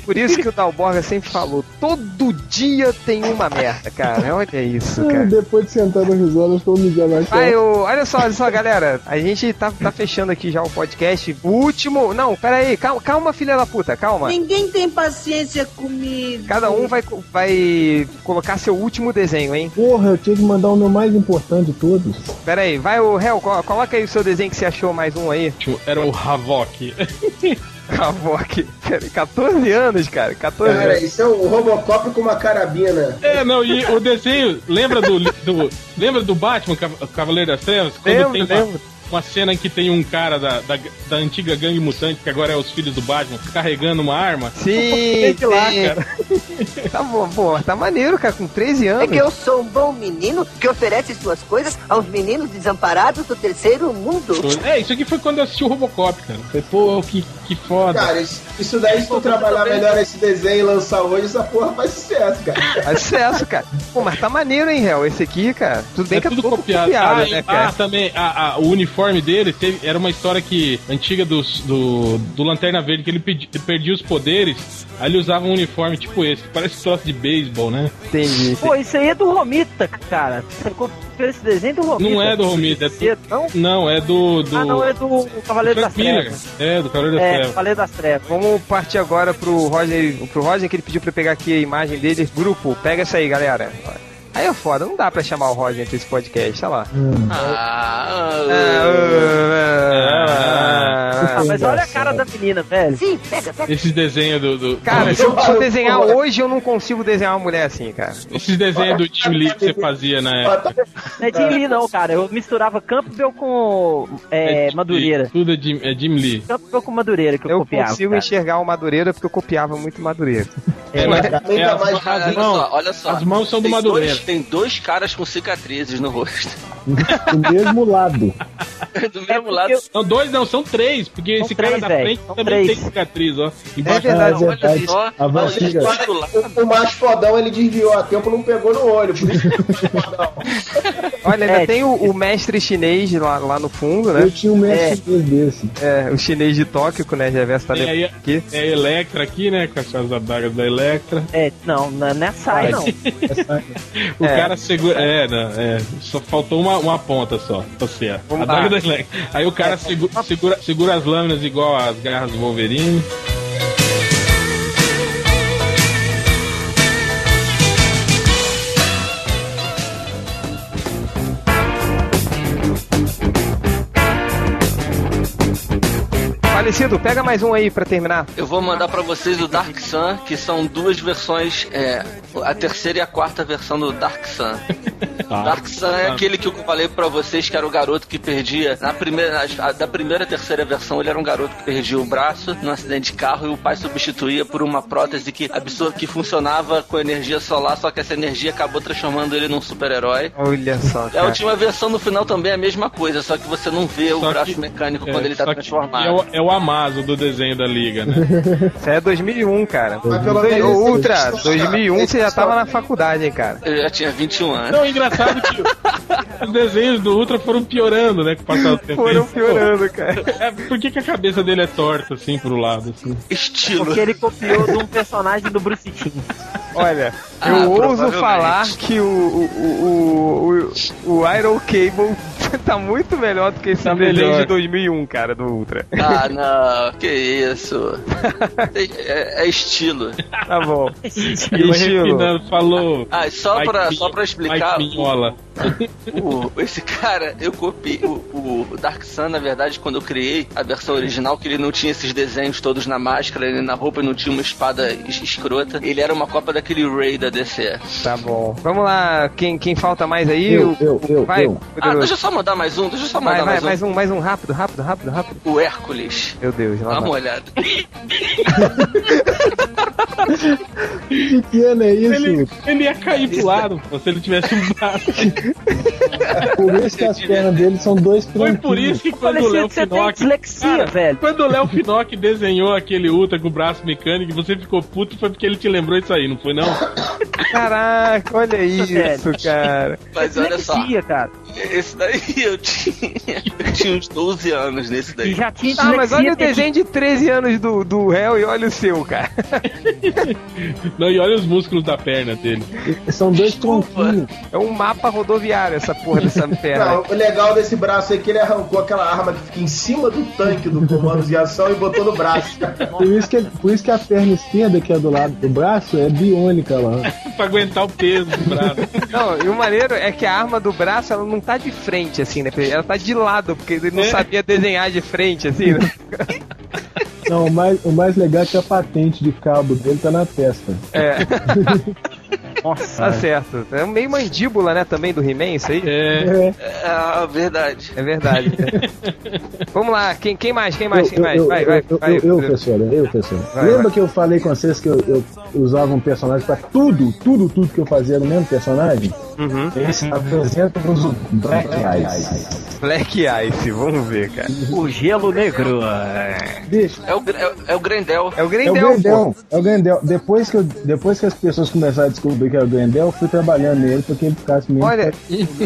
Por isso que o Dalborga sempre falou: todo dia tem uma merda, cara. Olha isso, Ah, cara. Depois de sentar no risório, acho que eu vou mijar mais. Vai, ô, olha só, olha só, galera. A gente tá, tá fechando aqui já o podcast. O último. Não, pera aí, calma, calma, filha da puta, calma. Ninguém tem paciência comigo. Cada um vai, co- vai colocar seu último desenho, hein? Porra, eu tinha que mandar o meu mais importante de todos. Pera aí, vai, o Hel, co- coloca aí o seu desenho que você achou mais um aí. Era o Havok. Havok, cara, 14 anos, cara, 14 Cara, anos. isso é o Robocop com uma carabina. É, não, e o desenho, lembra do, do- lembra do Batman, Cav- Cavaleiro das Trevas? Lembro, tem uma, lembro. uma cena em que tem um cara da, da, da antiga gangue mutante, que agora é os filhos do Batman, carregando uma arma. Sim, Tem que ir lá, sim. cara. Tá bom, pô, tá maneiro, cara, com 13 É anos. que eu sou um bom menino que oferece suas coisas aos meninos desamparados do terceiro mundo. É, isso aqui foi quando eu assisti o Robocop, cara. Falei, pô, que, que foda. Cara, isso, isso daí, se tu trabalhar melhor esse desenho e lançar hoje, essa porra faz sucesso, cara. Faz É sucesso, cara. Pô, mas tá maneiro, hein, Hel, esse aqui, cara. Tudo bem é que tudo pouco copiado. copiado, ah, né, e- cara? ah, também, a- a- o uniforme dele teve- era uma história que antiga dos- do, do Lanterna Verde, que ele pedi- perdia os poderes, aí ele usava um uniforme tipo esse, que parece troço de beisebol, né? Entendi. Pô, isso aí é do Romita, cara. Você comprou esse desenho do Romita. Não é do Romita, é Você não? Não, é do. do Ah, não, é do Cavaleiro das Frank Miller. Trevas. É, do Cavaleiro das É, Trevas. Cavaleiro das Trevas. Vamos partir agora pro Roger, pro Roger, que ele pediu pra eu pegar aqui a imagem dele. Grupo, pega essa aí, galera. Aí é foda, não dá pra chamar o Roger pra esse podcast, olha lá. Ah, É. Ah, mas olha a cara da menina, velho. Sim, pega, pega. Esses desenhos do. do- Cara, se eu for desenhar hoje, eu não consigo desenhar uma mulher assim, cara. Esses desenhos do Jim Lee que você fazia na época. Não é Jim Lee, não, cara. Eu misturava Campbell com é, Jim Lee, Madureira. Tudo é Jim, é Jim Lee. Campbell com Madureira que eu, Eu copiava. consigo cara. enxergar o Madureira porque eu copiava muito Madureira. É, Mas mas- também é, dá as- mais as Cara, olha mãos- só, olha só. As mãos são do tem Madureira. Dois, tem dois caras com cicatrizes no rosto. Do mesmo lado. Do mesmo lado. eu- Não, dois não, são três, porque São esse cara três, da velho, frente são também três. tem cicatriz, ó. É Embaixo verdade. Ah, Olha só. A Não, vaciga. eles do é. lado. O, o mais fodão ele desviou a tempo não pegou no olho. Por isso que ele é fodão. Olha, ainda É, tem o, o mestre chinês lá, lá no fundo, né? Eu tinha um mestre desse. É, o chinês de Tóquio, que o Nerd Reverso tá Tem aí- lembrando aqui. É a Electra aqui, né? Com as suas adagas da Electra. É, não, não não é sai, não. O É. cara segura. É, não, é. Só faltou uma, uma ponta só. Você, a Vamos adaga lá. da Electra. Aí o É. cara segu- segura, segura as lâminas igual as garras do Wolverine. Falecido, pega mais um aí pra terminar. Eu vou mandar pra vocês o Dark Sun, que são duas versões, é, a terceira e a quarta versão do Dark Sun. Tá. Dark Sun é aquele que eu falei pra vocês que era o garoto que perdia. Na primeira, nas- a- da primeira e terceira versão, ele era um garoto que perdia o braço num acidente de carro e o pai substituía por uma prótese que absurda que funcionava com energia solar, só que essa energia acabou transformando ele num super-herói. Olha É só, E a cara. última versão no final também é a mesma coisa, só que você não vê o Só braço que- mecânico É, quando ele tá só que transformado. É o, é o Amazo do desenho da Liga, né? Isso aí é 2001, cara. Mas pelo Dois- um, menos Ô, esse- Ultra, esse- 2001 esse- você já tava na faculdade, hein, cara. Eu já tinha 21 anos. Não, é engraçado que o- os desenhos do Ultra foram piorando, né? Com o passar do tempo. Foram Pô, piorando, cara. é, por que, que a cabeça dele é torta, assim, pro lado? assim? Estilo. Porque ele copiou de um personagem do Bruce Timm. Olha, Ah, eu ouso provavelmente. falar que o, o, o, o, o Iron Cable tá muito melhor do que esse Tá desenho melhor. de 2001, cara, do Ultra. Ah, não, que isso. É, é estilo. Tá bom. Ele E vai Estilo. refinando, falou. Ah, só Mike pra, Min- só pra explicar, Mike Minhola. o- o- esse cara, eu copiei. O, o Dark Sun, na verdade, quando eu criei a versão original, que ele não tinha esses desenhos todos na máscara, ele na roupa não tinha uma espada es- escrota. Ele era uma cópia daquele Ray da Ah, DC. Tá bom. Vamos lá, quem, quem falta mais aí? Eu, O- eu, eu, vai, eu. Ah, poderoso. deixa eu só mandar mais um, deixa eu só vai, mandar vai, mais, mais um, mais um, rápido, rápido, rápido, rápido. um. O Hércules. Tá Meu Deus, Dá lá uma vai. olhada. Que pequeno é isso? Ele, ele ia cair pro lado, pô, se ele tivesse um braço. Por isso que as pernas dele são dois Foi tronquinhos. por isso que quando o Parecia Léo que você tem Finocchi. dislexia, Cara, velho. Quando o Léo Finocchi desenhou aquele Ultra com o braço mecânico e você ficou puto, foi porque ele te lembrou isso aí, não foi não? Caraca, olha isso, cara. Mas olha só. é Dislexia, cara. Esse daí eu tinha. Eu tinha uns 12 anos nesse daí. Já tinha ah, mas olha o desenho de 13 anos do, do réu e olha o seu, cara. Não, e olha os músculos da perna dele. São dois tronquinhos. É um mapa rodoviário essa porra dessa É. perna. Não, o legal desse braço é que ele arrancou aquela arma que fica em cima do tanque do comando de ação e botou no braço. Por isso que, por isso que a perna esquerda, que é do lado do braço, é biônica lá. pra aguentar o peso do braço. Não, e o maneiro é que a arma do braço, ela não tá de frente, assim, né? Ela tá de lado, porque ele não é. sabia desenhar de frente, assim, né? Não, o mais, o mais legal é que a patente de cabo dele tá na testa. É. Nossa. Tá certo. É meio mandíbula, né, também do He-Man, isso aí? É. É, verdade. É verdade. Vamos lá, quem, quem mais? Quem mais? Quem mais? Eu, vai, eu, vai. Eu, vai, eu, eu, professor, eu, professor. Vai, Lembra vai. que eu falei com vocês que eu, eu usava um personagem pra tudo, tudo, tudo que eu fazia era o mesmo personagem? Uhum. Esse apresenta-nos o Black Eyes. Black Ice, vamos ver, cara. tipo, O gelo negro. Bicho, É o, Gr- é, o- é o Grendel. É o É o Grendel. Grendel, pô. é o Grendel. Depois que, eu- depois que as pessoas começaram a descobrir que era o Grendel, eu fui trabalhando nele pra que ele ficasse meio. Olha,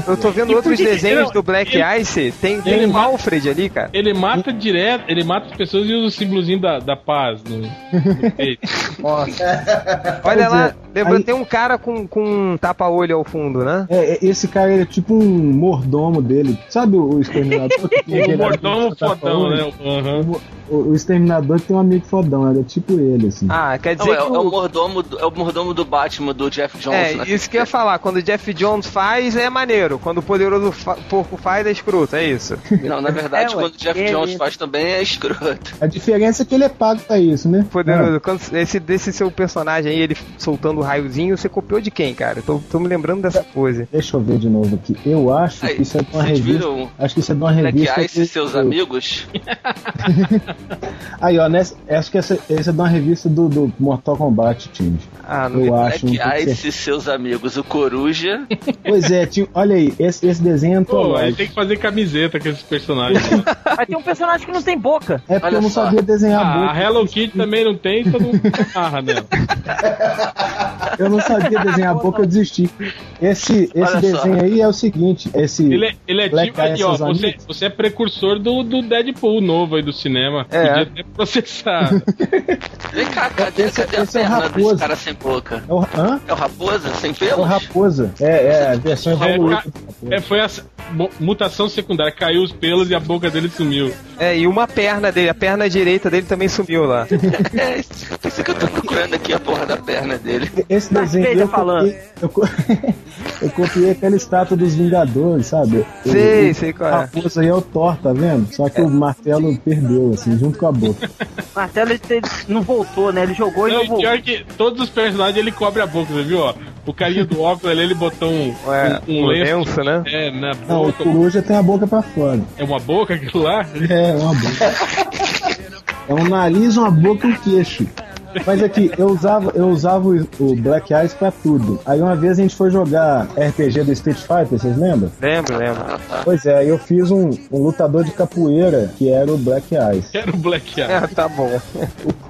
eu tô vendo E outros por que- desenhos não, do Black Ice. Tem, tem ele- um Alfred ali, cara. Ele mata direto, ele mata as pessoas e usa o símbolozinho da, da paz né? no, no peito. Olha Quer lá, dizer, lembra, é, aí- tem um cara com, com um tapa-olho ao fundo, né? É, é, esse cara ele é tipo um mordomo dele. Sabe o, o exterminador? que tem O aquele mordomo amigo que É tá fodão, falando? né? Aham. O, o exterminador que tem um amigo fodão, era tipo ele, assim. Ah, quer dizer Não, é, é um que o o... mordomo do, é o mordomo do Batman do Jeff Johnson. É, né? isso que eu ia falar. Quando o Jeff Jones faz, é maneiro. Quando o poderoso fa- porco faz, é escroto. É isso. Não, na verdade, É, ué, quando o Jeff que Jones isso. faz também é escroto. A diferença é que ele é pago pra isso, né? Poderoso, quando esse, desse seu personagem aí, ele soltando o raiozinho, você copiou de quem, cara? Eu Tô, tô me lembrando dessa pose. Ah, deixa eu ver de novo aqui. Eu acho Aí, que isso é de uma vocês revista. viram Acho que isso é de uma Black revista. Ice e que- seus amigos? Aí, ó, nessa, acho que essa, essa é de uma revista do, do Mortal Kombat, time. Ah, não. Eu Black acho. não tem Ice certeza. e seus amigos. O Coruja. Pois é, tio, olha aí, esse, esse desenho é Pô, aí antológico. tem que fazer camiseta com esses personagens. Tá Mas tem um personagem que não tem boca. É porque Olha eu não só. sabia desenhar Ah, boca. a Hello Kitty também não tem, todo mundo amarra nela. Eu não sabia desenhar boca, eu desisti. Esse, esse Olha desenho só. aí é o seguinte, esse. Ele é, ele é Black tipo aí, Eyes, ó, seus você, amigos? você é precursor do, do Deadpool novo aí do cinema. É. Podia até processar. Vem cá, cadê, Esse- cadê a esse é o perna desse Raposo. cara sem boca? é o, hã? É o Raposa sem É o pelo? Raposa. É, é, a versão É, evoluída. É, foi a s- mo- mutação secundária, caiu os pelos e a boca dele sumiu. É, e uma perna dele, a perna direita dele também sumiu lá. É, isso por isso que eu tô procurando aqui a porra da perna dele. Esse Darth desenho Vader tá eu falando. copiei, eu, co- eu copiei aquela estátua dos Vingadores, sabe? Sei, O- sei o qual é. Raposa aí é o Thor, tá vendo? Só que o martelo perdeu, assim, junto com a boca. Martelo ele, ele não voltou, né? Ele jogou e Não, não e pior voltou. que todos os personagens ele cobre a boca, você viu, ó? O carinha do óculos ali, ele botou um, É, um, um um lenço. lenço, né? É, na Não, o boca. coruja tem a boca pra fora. É uma boca aquilo lá? É, uma boca. É um nariz, uma boca e um queixo. Mas aqui, eu usava, eu usava o- o Black Eyes pra tudo. Aí uma vez a gente foi jogar RPG do Street Fighter, vocês lembram? Lembro, lembro. Pois é, aí eu fiz um, um lutador de capoeira que era o Black Eyes. Quero blaquear. É, tá bom.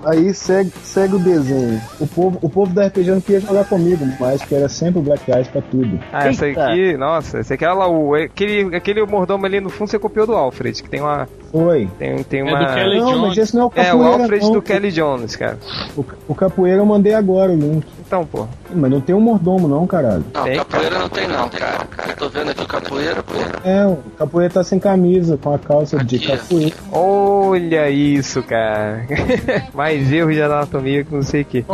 Aí segue, segue o desenho. O povo, o povo da RPG não queria jogar comigo, mas que era sempre o Black Eyes pra tudo. Ah, essa aqui, nossa, essa aqui, olha lá, o, aquele, aquele mordomo ali no fundo você copiou do Alfred, que tem uma. Foi. Tem, tem É uma. do Kelly Não, Jones. mas esse não é o É, capoeira. o Alfred não. do Kelly Jones, cara. O, o capoeira eu mandei agora o link. Então, pô. Mas não tem um mordomo, não, caralho. Não, Tem? capoeira não tem não, cara. Eu tô vendo aqui o capoeira, pô. É, o capoeira tá sem camisa, com a calça de Aqui, ó. capoeira. Olha isso, cara. Mais erros de anatomia que não sei o que.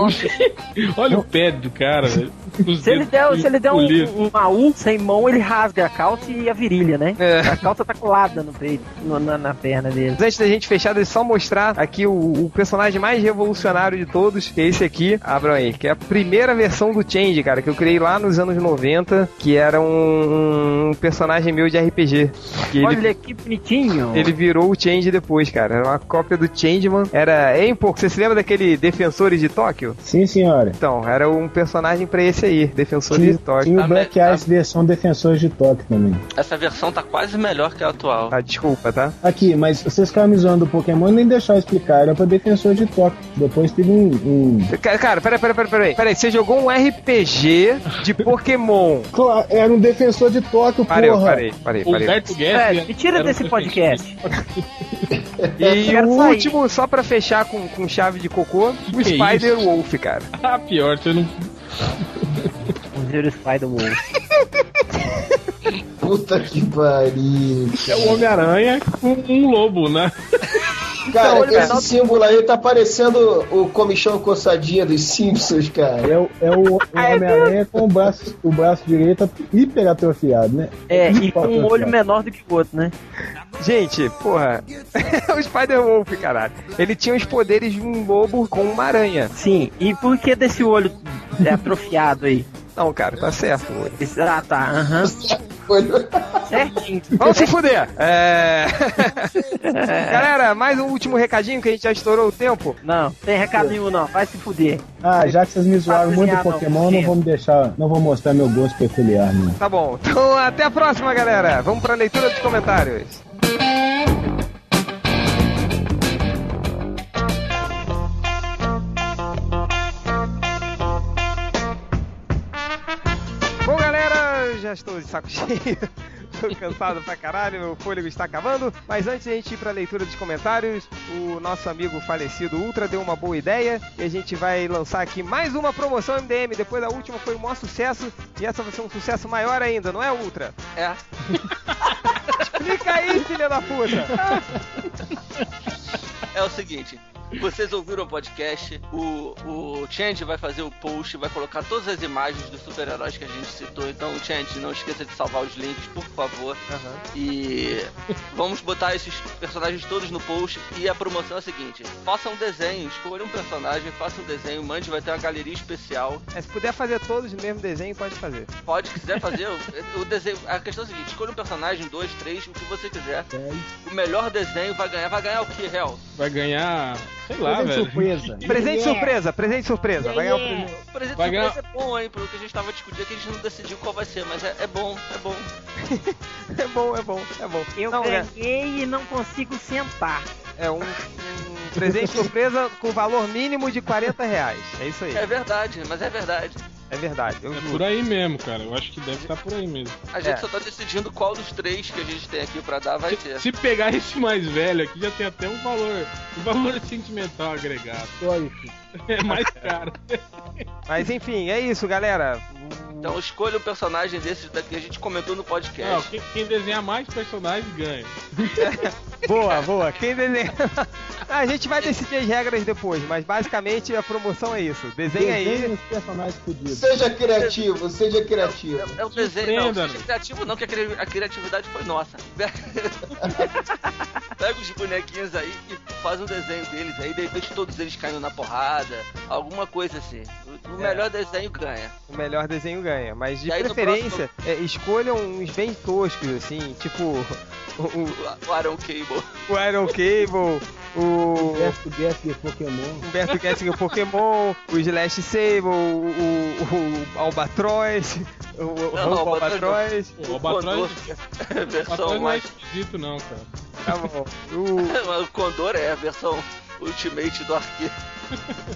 Olha o pé do cara, velho. Os Se ele dedos der, se ele der polidos. um, um baú sem mão, ele rasga a calça e a virilha, né? É. A calça tá colada no peito, no- na, na perna dele. Mas Antes da gente fechar, deixa eu só mostrar aqui o, o personagem mais revolucionário de todos, que é esse aqui. Abram aí, que é a primeira versão do Change, cara, que eu criei lá nos anos 90, que era um, um personagem meu de RPG. Que ele, Olha é que bonitinho. ele virou o Change depois, cara. Era uma cópia do Changeman. é Era, hein, pô, você se lembra daquele Defensores de Tóquio? Sim, senhora. Então, era um personagem pra esse DTI, Defensores Tinha, de Tóquio. Ah, tá. tinha o Black Eyes versão Defensores de Tóquio também. Essa versão tá quase melhor que a atual. Ah, desculpa, tá? Aqui, mas vocês ficaram me zoando do Pokémon e nem deixaram eu explicar, era pra Defensores de Tóquio. Depois teve um. um... Cara, cara, peraí, peraí, peraí, peraí. Peraí, você jogou um RPG de Pokémon. Claro, era um Defensor de Tóquio, Parei, porra. parei, parei, parei. é, Fred, né? me um tira desse podcast. E É, Quero o sair. último, só pra fechar com, com chave de cocô, o que é Spider isso? Wolf, cara. Ah, pior, você não. Um Zero Spider-Man. Puta que pariu. É o Homem-Aranha com um lobo, né? Cara, Então, esse Renato- símbolo aí tá parecendo o comichão coçadinha dos Simpsons, cara. É o, é o, o Homem-Aranha com o braço, o braço direito hiperatrofiado, né? É, e com um olho Hiperatrofiado. menor do que o outro, né? Gente, porra, o Spider-Wolf, caralho. Ele tinha os poderes de um lobo com uma aranha. Sim, e por que desse olho é, atrofiado aí? Não, cara, tá certo. o olho. Esse- Ah, tá, aham. Certinho. Vamos se fuder! É... Galera, mais um último recadinho que a gente já estourou o tempo. Não, tem recado nenhum não, vai se fuder. Ah, já que vocês me zoaram muito do desenhar, não, Pokémon, não desenha. vou me deixar, não vou mostrar meu gosto peculiar, não. Tá bom, então até a próxima, galera. Vamos pra leitura dos comentários. Bom, galera, já estou de saco cheio. Tô cansado pra caralho, meu fôlego está acabando. Mas antes de a gente ir pra leitura dos comentários, o nosso amigo falecido Ultra deu uma boa ideia e a gente vai lançar aqui mais uma promoção MDM. Depois da última foi o maior sucesso e essa vai ser um sucesso maior ainda, não é, Ultra? É. Explica aí, filha da puta! É o seguinte. Vocês ouviram o podcast, o, o Change vai fazer o post, vai colocar todas as imagens dos super-heróis que a gente citou. Então, Change, não esqueça de salvar os links, por favor. E vamos botar esses personagens todos no post. E a promoção é a seguinte: faça um desenho, escolha um personagem, faça um desenho, mande, vai ter uma galeria especial. É, se puder fazer todos no mesmo desenho, pode fazer. Pode, quiser fazer, o, o desenho. A questão é a seguinte: escolha um personagem, dois, três, o que você quiser. O melhor desenho vai ganhar. Vai ganhar o que, Real? Vai ganhar. Sei lá, Tá, Presente velho. surpresa. Presente surpresa, presente surpresa. Vai ganhar um presente. O presente Vai ganhar- surpresa é bom, hein? Pelo que a gente tava discutindo, que a gente não decidiu qual vai ser, mas é, é bom, é bom. É bom, é bom, é bom. Eu Não, né? ganhei e não consigo sentar. É um, um presente surpresa com valor mínimo de 40 reais. É isso aí. É verdade, mas é verdade. É verdade. Eu É por juro. aí mesmo, cara. Eu acho que deve estar por aí mesmo. A gente É. só tá decidindo qual dos três que a gente tem aqui pra dar vai ser. Se pegar esse mais velho aqui, já tem até um valor. Um valor sentimental agregado. Então É mais caro. Mas enfim, é isso, galera. Então escolha o personagem desses daqui que a gente comentou no Não, podcast. quem, quem desenhar mais personagens ganha. Boa, boa. Quem desenha. Ah, A gente vai decidir as regras depois, mas basicamente a promoção é isso. Desenha aí. Desenhe os personagens fudidos. Seja criativo, seja criativo. É o desenho, não. Surpreenda, Seja né? criativo não, que a cri- a criatividade foi nossa. Pega os bonequinhos aí e faz um desenho deles aí, de repente todos eles caindo na porrada, alguma coisa assim. O, o É. melhor desenho ganha. O melhor desenho ganha. Mas de E aí no preferência, é, escolham uns bem toscos, assim, tipo o, o- O, o Aaron Cable. o Iron Cable, o. É. Humberto Gessler Pokémon. Humberto Kessing, o Pokémon, o Slash Sable, o, o, o Albatroz, o, o Não, Rambo Albatroz não. Albatroz, O Condor. Albatroz, é versão Albatroz não é mais. esquisito, não, cara. tá bom. O, O Condor é a versão ultimate do arqueiro.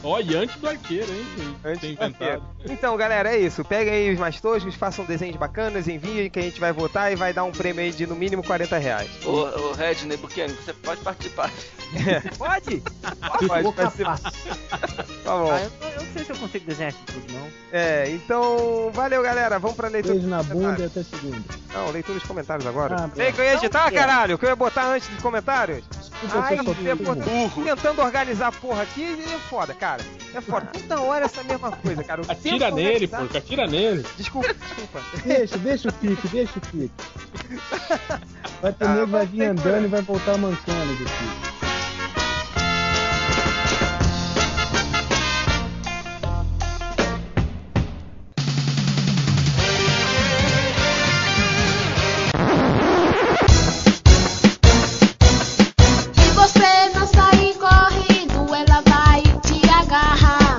Ó, e antes do arqueiro, hein? Tem- Antes Tem do arqueiro. inventado. Então, galera, é isso. Peguem aí os mais toscos, façam desenhos bacanas, enviem que a gente vai votar e vai dar um prêmio aí de no mínimo 40 reais. O, o Red Nebuchadnezzar, você pode participar. Pode? Pode participar. Tá bom. Ah, eu, não- eu não sei se eu consigo desenhar isso tudo, não. É, então, valeu, galera. Vamos pra leitura Beijo na bunda e comentários. até segunda. Não, leitura dos comentários agora. Ah, Sei que eu ia editar, caralho, que eu ia botar antes dos comentários. Desculpa, Ai, eu sou eu só botar- tentando organizar a porra aqui é foda, cara. É foda. Toda hora essa mesma coisa, cara. Eu Atira tento nele, organizar- porco, atira nele. Desculpa, desculpa. Deixa, deixa o pique, deixa o pique. Vai ter Ah, nego, vai mas vir tem andando coragem. e vai voltar mancando do pique. Se você não sair correndo, ela vai te agarrar.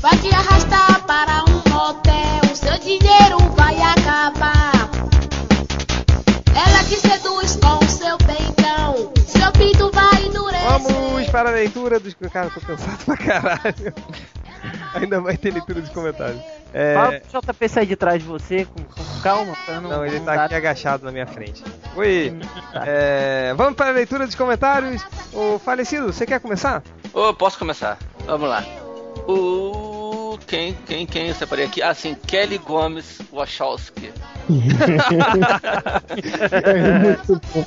Vai te arrastar para um que seduz com seu peitão. Seu pinto vai endurecer. Vamos para a leitura dos. Cara, eu tô cansado pra caralho. Ainda vai ter leitura dos comentários. É... Fala pro JP sair de trás de você com, com calma pra não. Não, ele tá aqui agachado na minha frente. Oi. É, vamos para a leitura dos comentários. O falecido, você quer começar? Ô, posso começar? Vamos lá. O. Quem, quem, quem eu separei aqui? Ah, sim, Kelly Gomes Wachowski. É muito bom.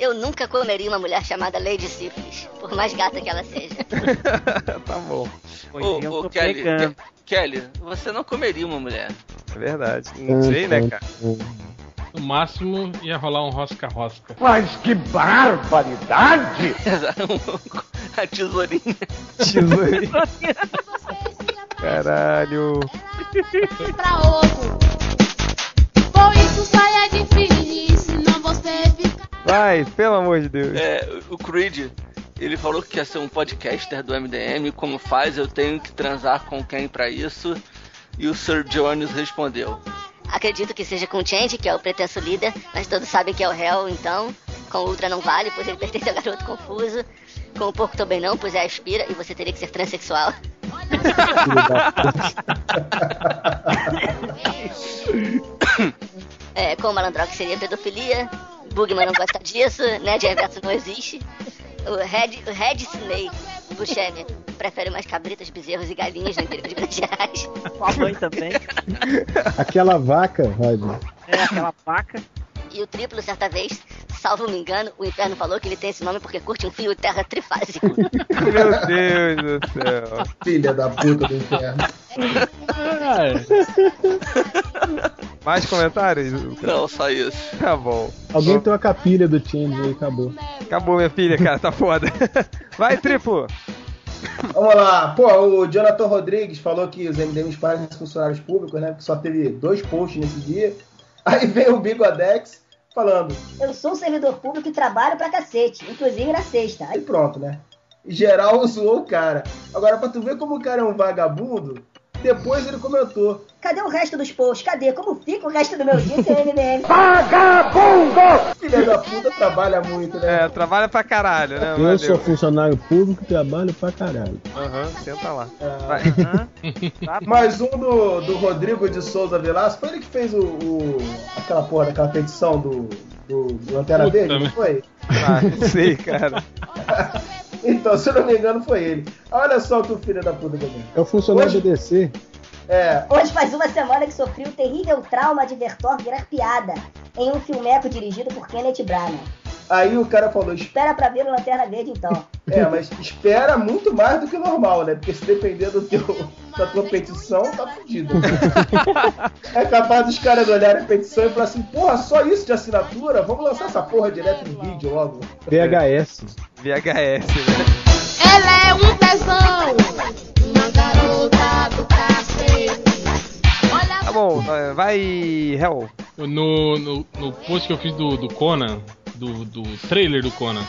Eu nunca comeria uma mulher chamada Lady Sífilis, por mais gata que ela seja. tá bom. Ô, ô, Kelly, pegando. Ke- Kelly, você não comeria uma mulher. É verdade. Não sei, né, cara? No máximo ia rolar um rosca-rosca. Mas que barbaridade! A tesourinha. Tesourinha. Caralho. Um pra outro. Por isso saia de fingir, senão você fica. Vai, pelo amor de Deus. É, o Creed, ele falou que quer ser um podcaster do MDM. Como faz? Eu tenho que transar com quem pra isso? E o Sir Jones respondeu: Acredito que seja com o Change, que é o pretenso líder, mas todos sabem que é o réu, então. Com o Ultra não vale, pois ele pertence ao garoto confuso. Com o porco também não, pois é a Aspira e você teria que ser transexual. É, com o Malandrox seria pedofilia. Bugman não gosta disso, né? Diverso não existe. O Red, o Red Snake Buscemi prefere umas cabritas, bezerros e galinhas no interior de Minas Gerais. Sua mãe também. Aquela vaca, Roger. É, aquela vaca. E o triplo, certa vez, salvo me engano, o inferno falou que ele tem esse nome porque curte um fio terra trifásico. Meu Deus do céu. Filha da puta do inferno. Mais comentários? Lucas? Não, só isso. Tá bom. Alguém troca a pilha do time aí, acabou. Acabou, minha filha, cara, tá foda. Vai, triplo. Vamos lá. Pô, o Jonathan Rodrigues falou que os MDMs parecem funcionários públicos, né? Porque só teve dois posts nesse dia. Aí veio o Bigodex falando. Eu sou um servidor público e trabalho pra cacete, inclusive na sexta. Aí pronto, né? Geral zoou o cara. Agora, pra tu ver como o cara é um vagabundo, depois ele comentou. Cadê o resto dos posts? Cadê? Como fica o resto do meu dia sem MDM? Vagabundo! Filha da puta trabalha muito, né? É, trabalha pra caralho, né? Eu Valeu. sou funcionário público e trabalho pra caralho. Aham, senta lá. É. Vai. Mais um do, do Rodrigo de Souza Velasco. Foi ele que fez o, o- aquela porra, daquela petição do, do, do Lanterna Puta Verde, não merda. foi? Ah, não sei, cara. Então, se eu não me engano, foi ele. Olha só tu, filha da puta, também. É o funcionário do DC. É, Hoje faz uma semana que sofri o terrível trauma de ver Thor virar piada em um filmeco dirigido por Kenneth Branagh. aí o cara falou, "Es- Espera pra ver o Lanterna Verde então. é, mas espera muito mais do que o normal, né? Porque se depender do teu, da tua petição, tá fudido. é capaz dos caras olharem a petição e falar assim, porra, só isso de assinatura? Vamos lançar essa porra direto no vídeo logo. VHS. VHS, né? Ela é um tesão. Uma garota do cacete. Olha Tá bom, vai, Hell. No, no, no post que eu fiz do, do Conan, do, do trailer do Conan,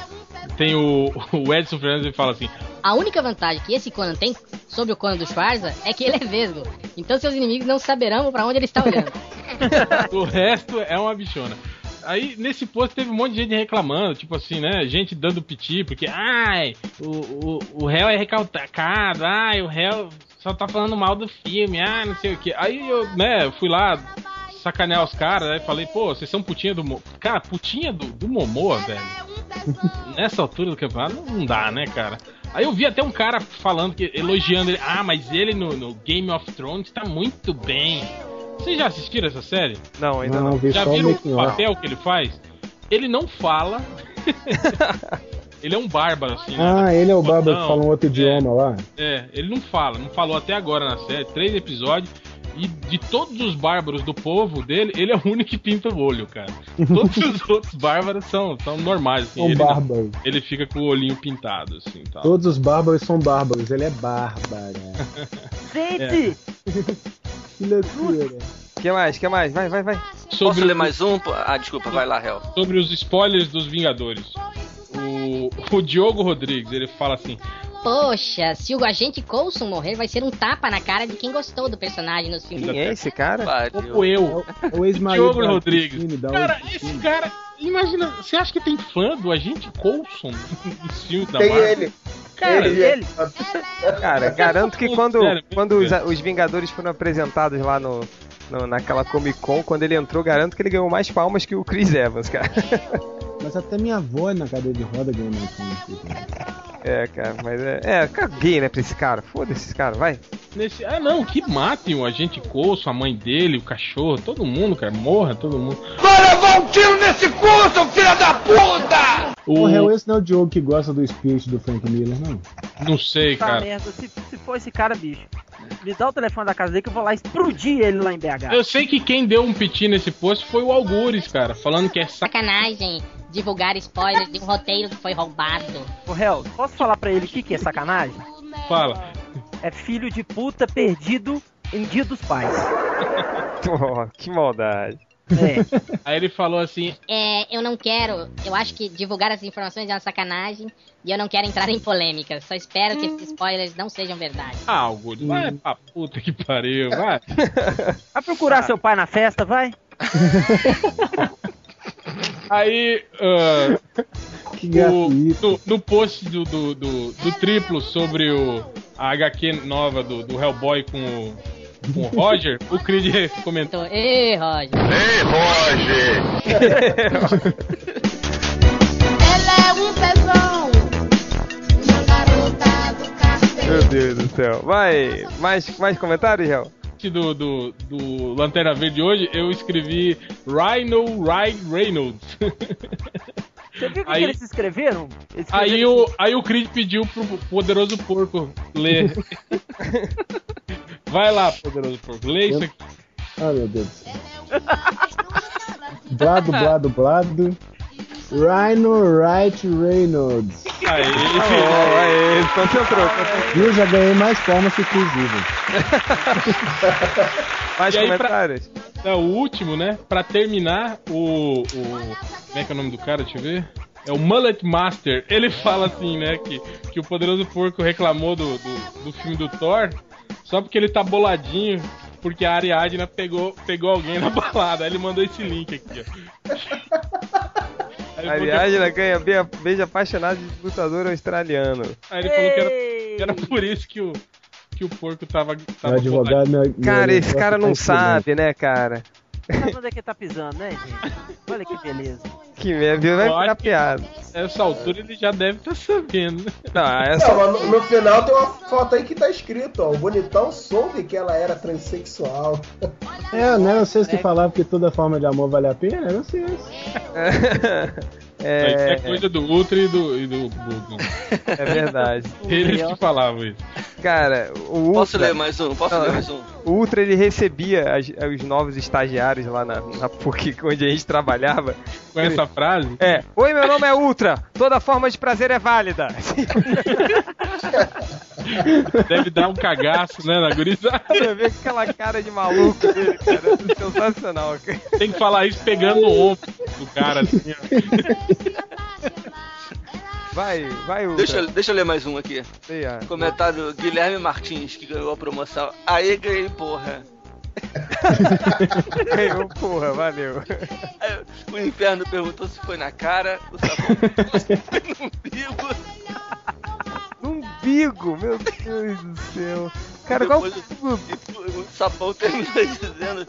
tem o, o Edson Fernandes ele fala assim: A única vantagem que esse Conan tem sobre o Conan do Schwarza é que ele é vesgo. Então seus inimigos não saberão pra onde ele está olhando. O resto é uma bichona. Aí, nesse post, teve um monte de gente reclamando, tipo assim, né? Gente dando piti, porque, ai, o, o, o réu é recalcado, ai, o réu só tá falando mal do filme, ah, não sei o que. Aí eu, né, eu fui lá sacanear os caras, aí falei, pô, vocês são putinha do. Mo cara, putinha do, do Momoa, velho nessa altura do campeonato não não dá, né, cara? Aí eu vi até um cara falando que elogiando ele, ah, mas ele no, no Game of Thrones tá muito bem. Vocês já assistiram essa série? Não, ainda Não, não. vi Já só um o viram making o of. papel que ele faz? Ele não fala. ele é um bárbaro assim. né? Ah, ele é o Bárbaro que Não. fala um outro idioma lá. É, ele não fala, não falou até agora na série, três episódios. E de todos os bárbaros do povo dele, ele é o único que pinta o olho, cara. Todos os outros bárbaros são, são normais, assim. É um ele, bárbaro. ele fica com o olhinho pintado, assim, tal. Todos os bárbaros são bárbaros, ele é bárbaro. Gente! Que loucura. Que mais, que mais? Vai, vai, vai. Posso ler mais um? Ah, desculpa, vai lá, Hel. Sobre os spoilers dos Vingadores. O, o Diogo Rodrigues, ele fala assim: Poxa, se o agente Coulson morrer, vai ser um tapa na cara de quem gostou do personagem nos filmes. Quem é esse cara? Ou eu. É O ex-marido. Diogo da Rodrigues. Christine, da Cara, outra esse Christine. cara. Imagina, você acha que tem fã do agente Coulson nos filmes da Tem Marvel? ele. Cara, Ele, ele. Cara, garanto que quando, Sério, quando os, os Vingadores foram apresentados lá no, no- naquela Comic Con, quando ele entrou, garanto que ele ganhou mais palmas que o Chris Evans, cara. Mas até minha avó é na cadeira de roda né, ganhou na Comic É, cara, mas é. É, caguei, né, pra esse cara. Foda-se esse cara, vai. Nesse... Ah, não, que matem o agente Coulson, a mãe dele, o cachorro, todo mundo, cara. Morra todo mundo. Vai levar um tiro nesse cu, seu filho da puta! O... Porra, esse não é o Diogo que gosta do espírito do Frank Miller, não. Não sei, Puta cara. tá merda, se, se for esse cara, bicho, me dá o telefone da casa dele que eu vou lá explodir ele lá em BH. Eu sei que quem deu um piti nesse post foi o Algures, cara, falando que é sac... Sacanagem divulgar spoilers de um roteiro que foi roubado. Ô, réu, posso falar pra ele o que, que é sacanagem? Fala. É filho de puta perdido em dia dos pais. Porra, que maldade. É. Aí ele falou assim: É, eu não quero, eu acho que divulgar essas informações é uma sacanagem e eu não quero entrar em polêmicas. Só espero que Hum. esses spoilers não sejam verdade. Ah, Algures, Hum. vai pra puta que pariu, vai. Vai procurar seu pai na festa, vai? Aí. ah, Que o, no, no post do, do, do, do triplo sobre o, a HQ nova do, do Hellboy com o, com o Roger, o Creed comentou: Ei, Roger! Ei, Roger! Ela é um pezão, uma garota do Meu castelo. Deus do céu. Vai, mais, mais comentários, Real? do, do, do Lanterna Verde hoje, eu escrevi Rhino Ryan Reynolds. Você viu o que, Aí- que eles escreveram? Eles escreveram Aí o, aí o Creed pediu pro Poderoso Porco ler. Vai lá, Poderoso Porco, lê isso aqui. Ah, meu Deus. do céu. Blado, blado, blado. Rhino Wright Reynolds. Aí, aê, Oh, concentrou, concentrou. Eu já ganhei mais palmas que o Chris Evans. Mais E aí, comentários? Pra, é, o último, né? Pra terminar, o, o. Como é que é o nome do cara? Deixa eu ver. É o Mullet Master. Ele fala assim, né? Que, que o poderoso porco reclamou do, do, do filme do Thor só porque ele tá boladinho. Porque a Ariadna pegou, pegou alguém na balada. Aí ele mandou esse link aqui, ó. Aí ele A falou que- Ariadna ganha be- beijo apaixonado de lutador australiano. Aí ele falou que era, que era por isso que o, que o porco tava. Meu tava É advogado, meu, Cara, meu esse cara não negócio tá sabe, né, cara? Sabe onde é que tá pisando, né, gente? Olha que beleza. Que merda, vai Eu ficar acho que piada. Essa altura ele já deve estar tá sabendo. Não, é Não, mas no, no final tem uma foto aí que tá escrito, ó. O bonitão soube que ela era transexual. excelente. É, né? Não sei se falar porque toda forma de amor vale a pena, né? Não sei. É, isso É, é coisa do Ultra e do. E do, do- do- é verdade. Eles que falavam isso. Cara, o Ultra. Posso ler mais um? Posso Não, ler mais um? O Ultra ele recebia as- os novos estagiários lá na, na PUC onde a gente trabalhava. Com essa frase? É. Oi, meu nome é Ultra. Toda forma de prazer é válida. Deve dar um cagaço, né, na gurizada. Você vê aquela cara de maluco dele, cara. É Sensacional, cara. Tem que falar isso pegando o ombro do cara, assim, ó. Vai, vai, Ultra. Deixa, eu- deixa eu ler mais um aqui. Sei, ah. Comentário do Guilherme Martins, que ganhou a promoção. Aí ganhei, porra. Ganhou, porra, valeu. Aí O inferno perguntou se foi na cara, o sabão perguntou se foi no umbigo. Umbigo, meu Deus do céu. Cara, qual. Depois, o sapão terminou dizendo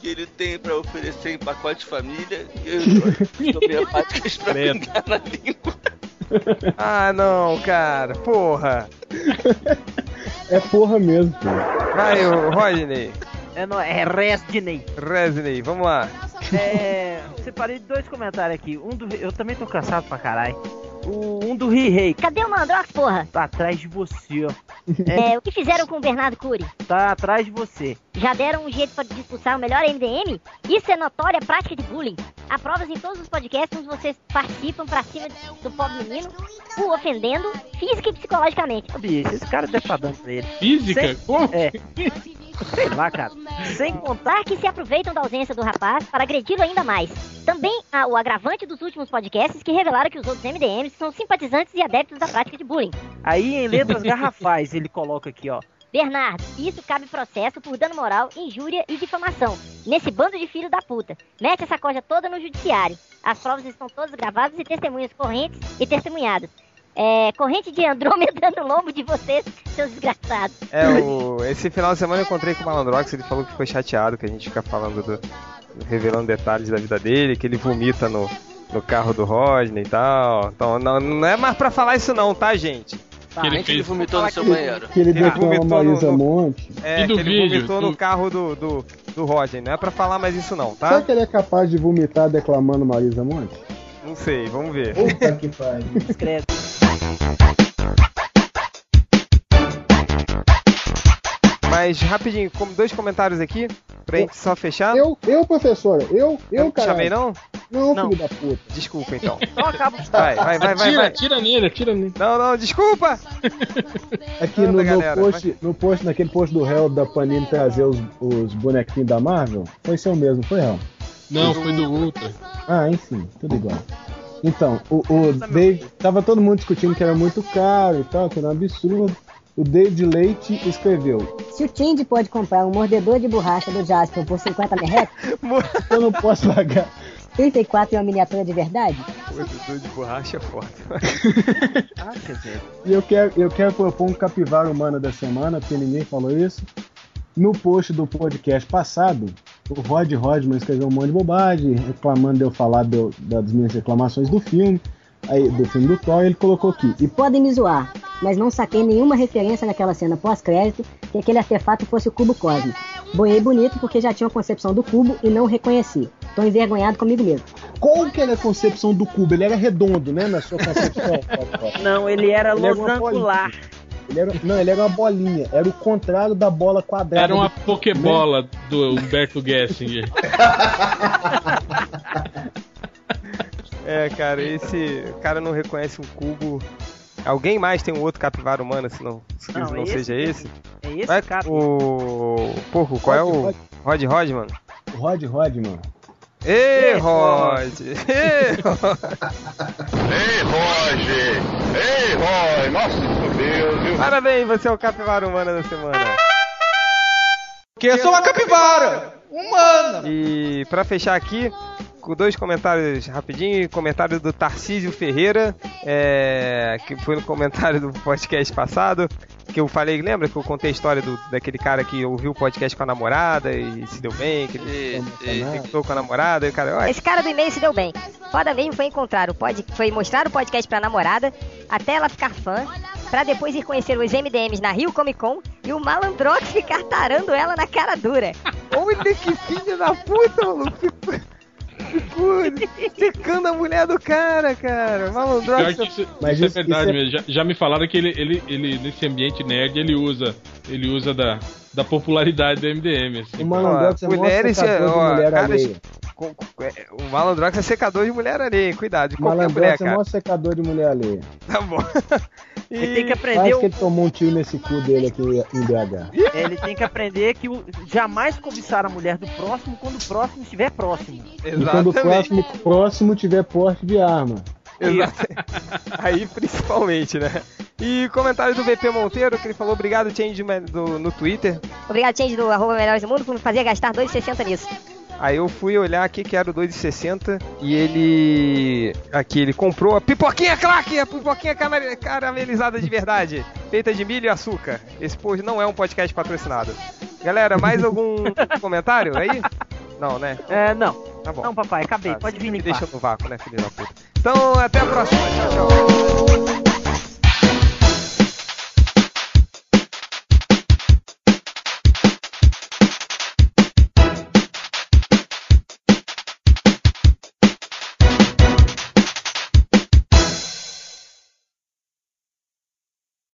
que ele tem pra oferecer em pacote família e os homeopáticas pra Credo. pingar na língua. Ah, não, cara, porra. É porra mesmo, pô. Vai, o Rodney. É, no, é Resney. Resney, vamos lá. É, separei dois comentários aqui. Um do. Eu também tô cansado pra caralho. O, um do Rei Cadê o Mandrox, porra? Tá atrás de você, ó. É, o que fizeram com o Bernardo Cury? Tá atrás de você. Já deram um jeito pra expulsar o melhor MDM? Isso é notória prática de bullying. Há provas em todos os podcasts onde vocês participam pra cima do pobre menino, o ofendendo física e psicologicamente. Bicho, esse cara deve estar dando pra ele. Física? Sem... Como? É. Sei lá, cara. Sem contar que se aproveitam da ausência do rapaz para agredi-lo ainda mais. Também há o agravante dos últimos podcasts que revelaram que os outros MDMs são simpatizantes e adeptos da prática de bullying. Aí em letras garrafais ele coloca aqui, ó. Bernardo, isso cabe processo por dano moral, injúria e difamação. Nesse bando de filho da puta. Mete essa coja toda no judiciário. As provas estão todas gravadas e testemunhas correntes e testemunhadas. É, corrente de Andrômeda no lombo de vocês, seus desgraçados. É, o... esse final de semana eu encontrei com o Malandrox, ele falou que ficou chateado que a gente fica falando do. revelando detalhes da vida dele, que ele vomita no, no carro do Rodney e tal. Então, não, não é mais pra falar isso não, tá, gente? Que ele fez. vomitou no seu Que- banheiro. Que ele deu Ah, com a vomitou no- Marisa no- Monte. É, E que do ele vídeo, vomitou no do- carro do, do, do Rodney. Não é pra falar mais isso não, Será tá? que ele é capaz de vomitar declamando Marisa Monte? Não sei, vamos ver. Puta que pariu. Escreve. Mas rapidinho, como dois comentários aqui, pra gente só fechar. Eu, eu, professora, eu, Eu não eu, te cara. chamei, não? Não, Não. filho da puta. Desculpa então. Só acaba de Vai, vai, vai, vai. Atira, vai. tira nele, atira nele. Não, não, desculpa! Aqui É no, no galera, post, no post, naquele post do Hell da Panini trazer os, os bonequinhos da Marvel, foi seu mesmo, foi Hell. Não, foi do Ultra. Ah, enfim, tudo igual. Então, o, o Dave. Tava todo mundo discutindo que era muito caro e tal, que era um absurdo. O David Leite escreveu: Se o Tindy pode comprar um mordedor de borracha do Jasper por 50 merrecos, Eu não posso pagar. 34 é uma miniatura de verdade? Pô, Dudu de borracha é foda. E eu quero, eu quero propor um capivara humana da semana, porque ninguém falou isso. No post do podcast passado, o Rod Rodman escreveu um monte de bobagem, reclamando de eu falar do- das minhas reclamações do filme, aí, do filme do Thor, e ele colocou aqui. E Podem me zoar, mas não saquei nenhuma referência naquela cena pós-crédito que aquele artefato fosse o cubo cósmico. Boiei bonito porque já tinha uma concepção do cubo e não reconheci. Tô envergonhado comigo mesmo. qual que era a concepção do cubo? Ele era redondo, né, na sua concepção? Não, ele era Ele era uma losangular. Ele era- não, ele era uma bolinha. Era o contrário da bola quadrada. Era uma do- pokebola do Humberto Gessinger. É, cara, esse cara não reconhece um cubo. Alguém mais tem um outro capivara humano, se não, se Não, não, é esse seja esse? É esse Vai- cara. O. Porco, qual é o. Rod Rodman? Rod Rodman. Ê, Ê, Rod! Ê, Rod! Roger! Ei, Roy! Nossa, meu Deus, viu? Parabéns, você é o capivara humana da semana. Que eu sou uma capivara! Humana! E pra fechar aqui, com dois comentários rapidinho, comentário do Tarcísio Ferreira, é, que foi no comentário do podcast passado, que eu falei, lembra que eu contei a história do, daquele cara que ouviu o podcast com a namorada e se deu bem, que ele ficou com a namorada, e o cara, ó, Esse cara do e-mail se deu bem. Foda mesmo foi encontrar o pod... foi mostrar o podcast pra namorada, até ela ficar fã, pra depois ir conhecer os MDMs na Rio Comic Con e o Malandrox ficar tarando ela na cara dura. Olha que filha da puta, maluco! Ficou secando a mulher do cara, cara. Pior Malandrox. que isso, Mas isso isso- é verdade isso é- mesmo. Já, já me falaram que ele, ele, ele, nesse ambiente nerd, ele usa, ele usa da, da popularidade do MDM. Assim. O Malandrox é o maior mulheres, secador de ó, mulher caras- alheia. com- com- é, O Malandrox é secador de mulher areia, cuidado, de O qualquer mulher, Malandrox é o cara. maior secador de mulher alheia. Tá bom. Ele tem que aprender Acho o que ele tomou um tiro nesse cu dele aqui em BH. Ele tem que aprender que o- jamais cobiçar a mulher do próximo quando o próximo estiver próximo. E quando o Então, próximo, próximo tiver porte de arma. Exato. Aí principalmente, né? E comentário do VP Monteiro, que ele falou obrigado, Changeman, do, no Twitter. Obrigado, Change do arroba melhores do mundo, por me fazer gastar 2,60 nisso. Aí eu fui olhar aqui que era o 2,60 e ele. Aqui, ele comprou a pipoquinha claque, a pipoquinha cara- caramelizada de verdade, feita de milho e açúcar. Esse post não é um podcast patrocinado. Galera, mais algum comentário aí? Não, né? É, não. Tá bom. Não, papai, acabei. Pode vir Me limpar. deixa no vácuo, né, filho da puta? Então, até a próxima. Tchau, tchau.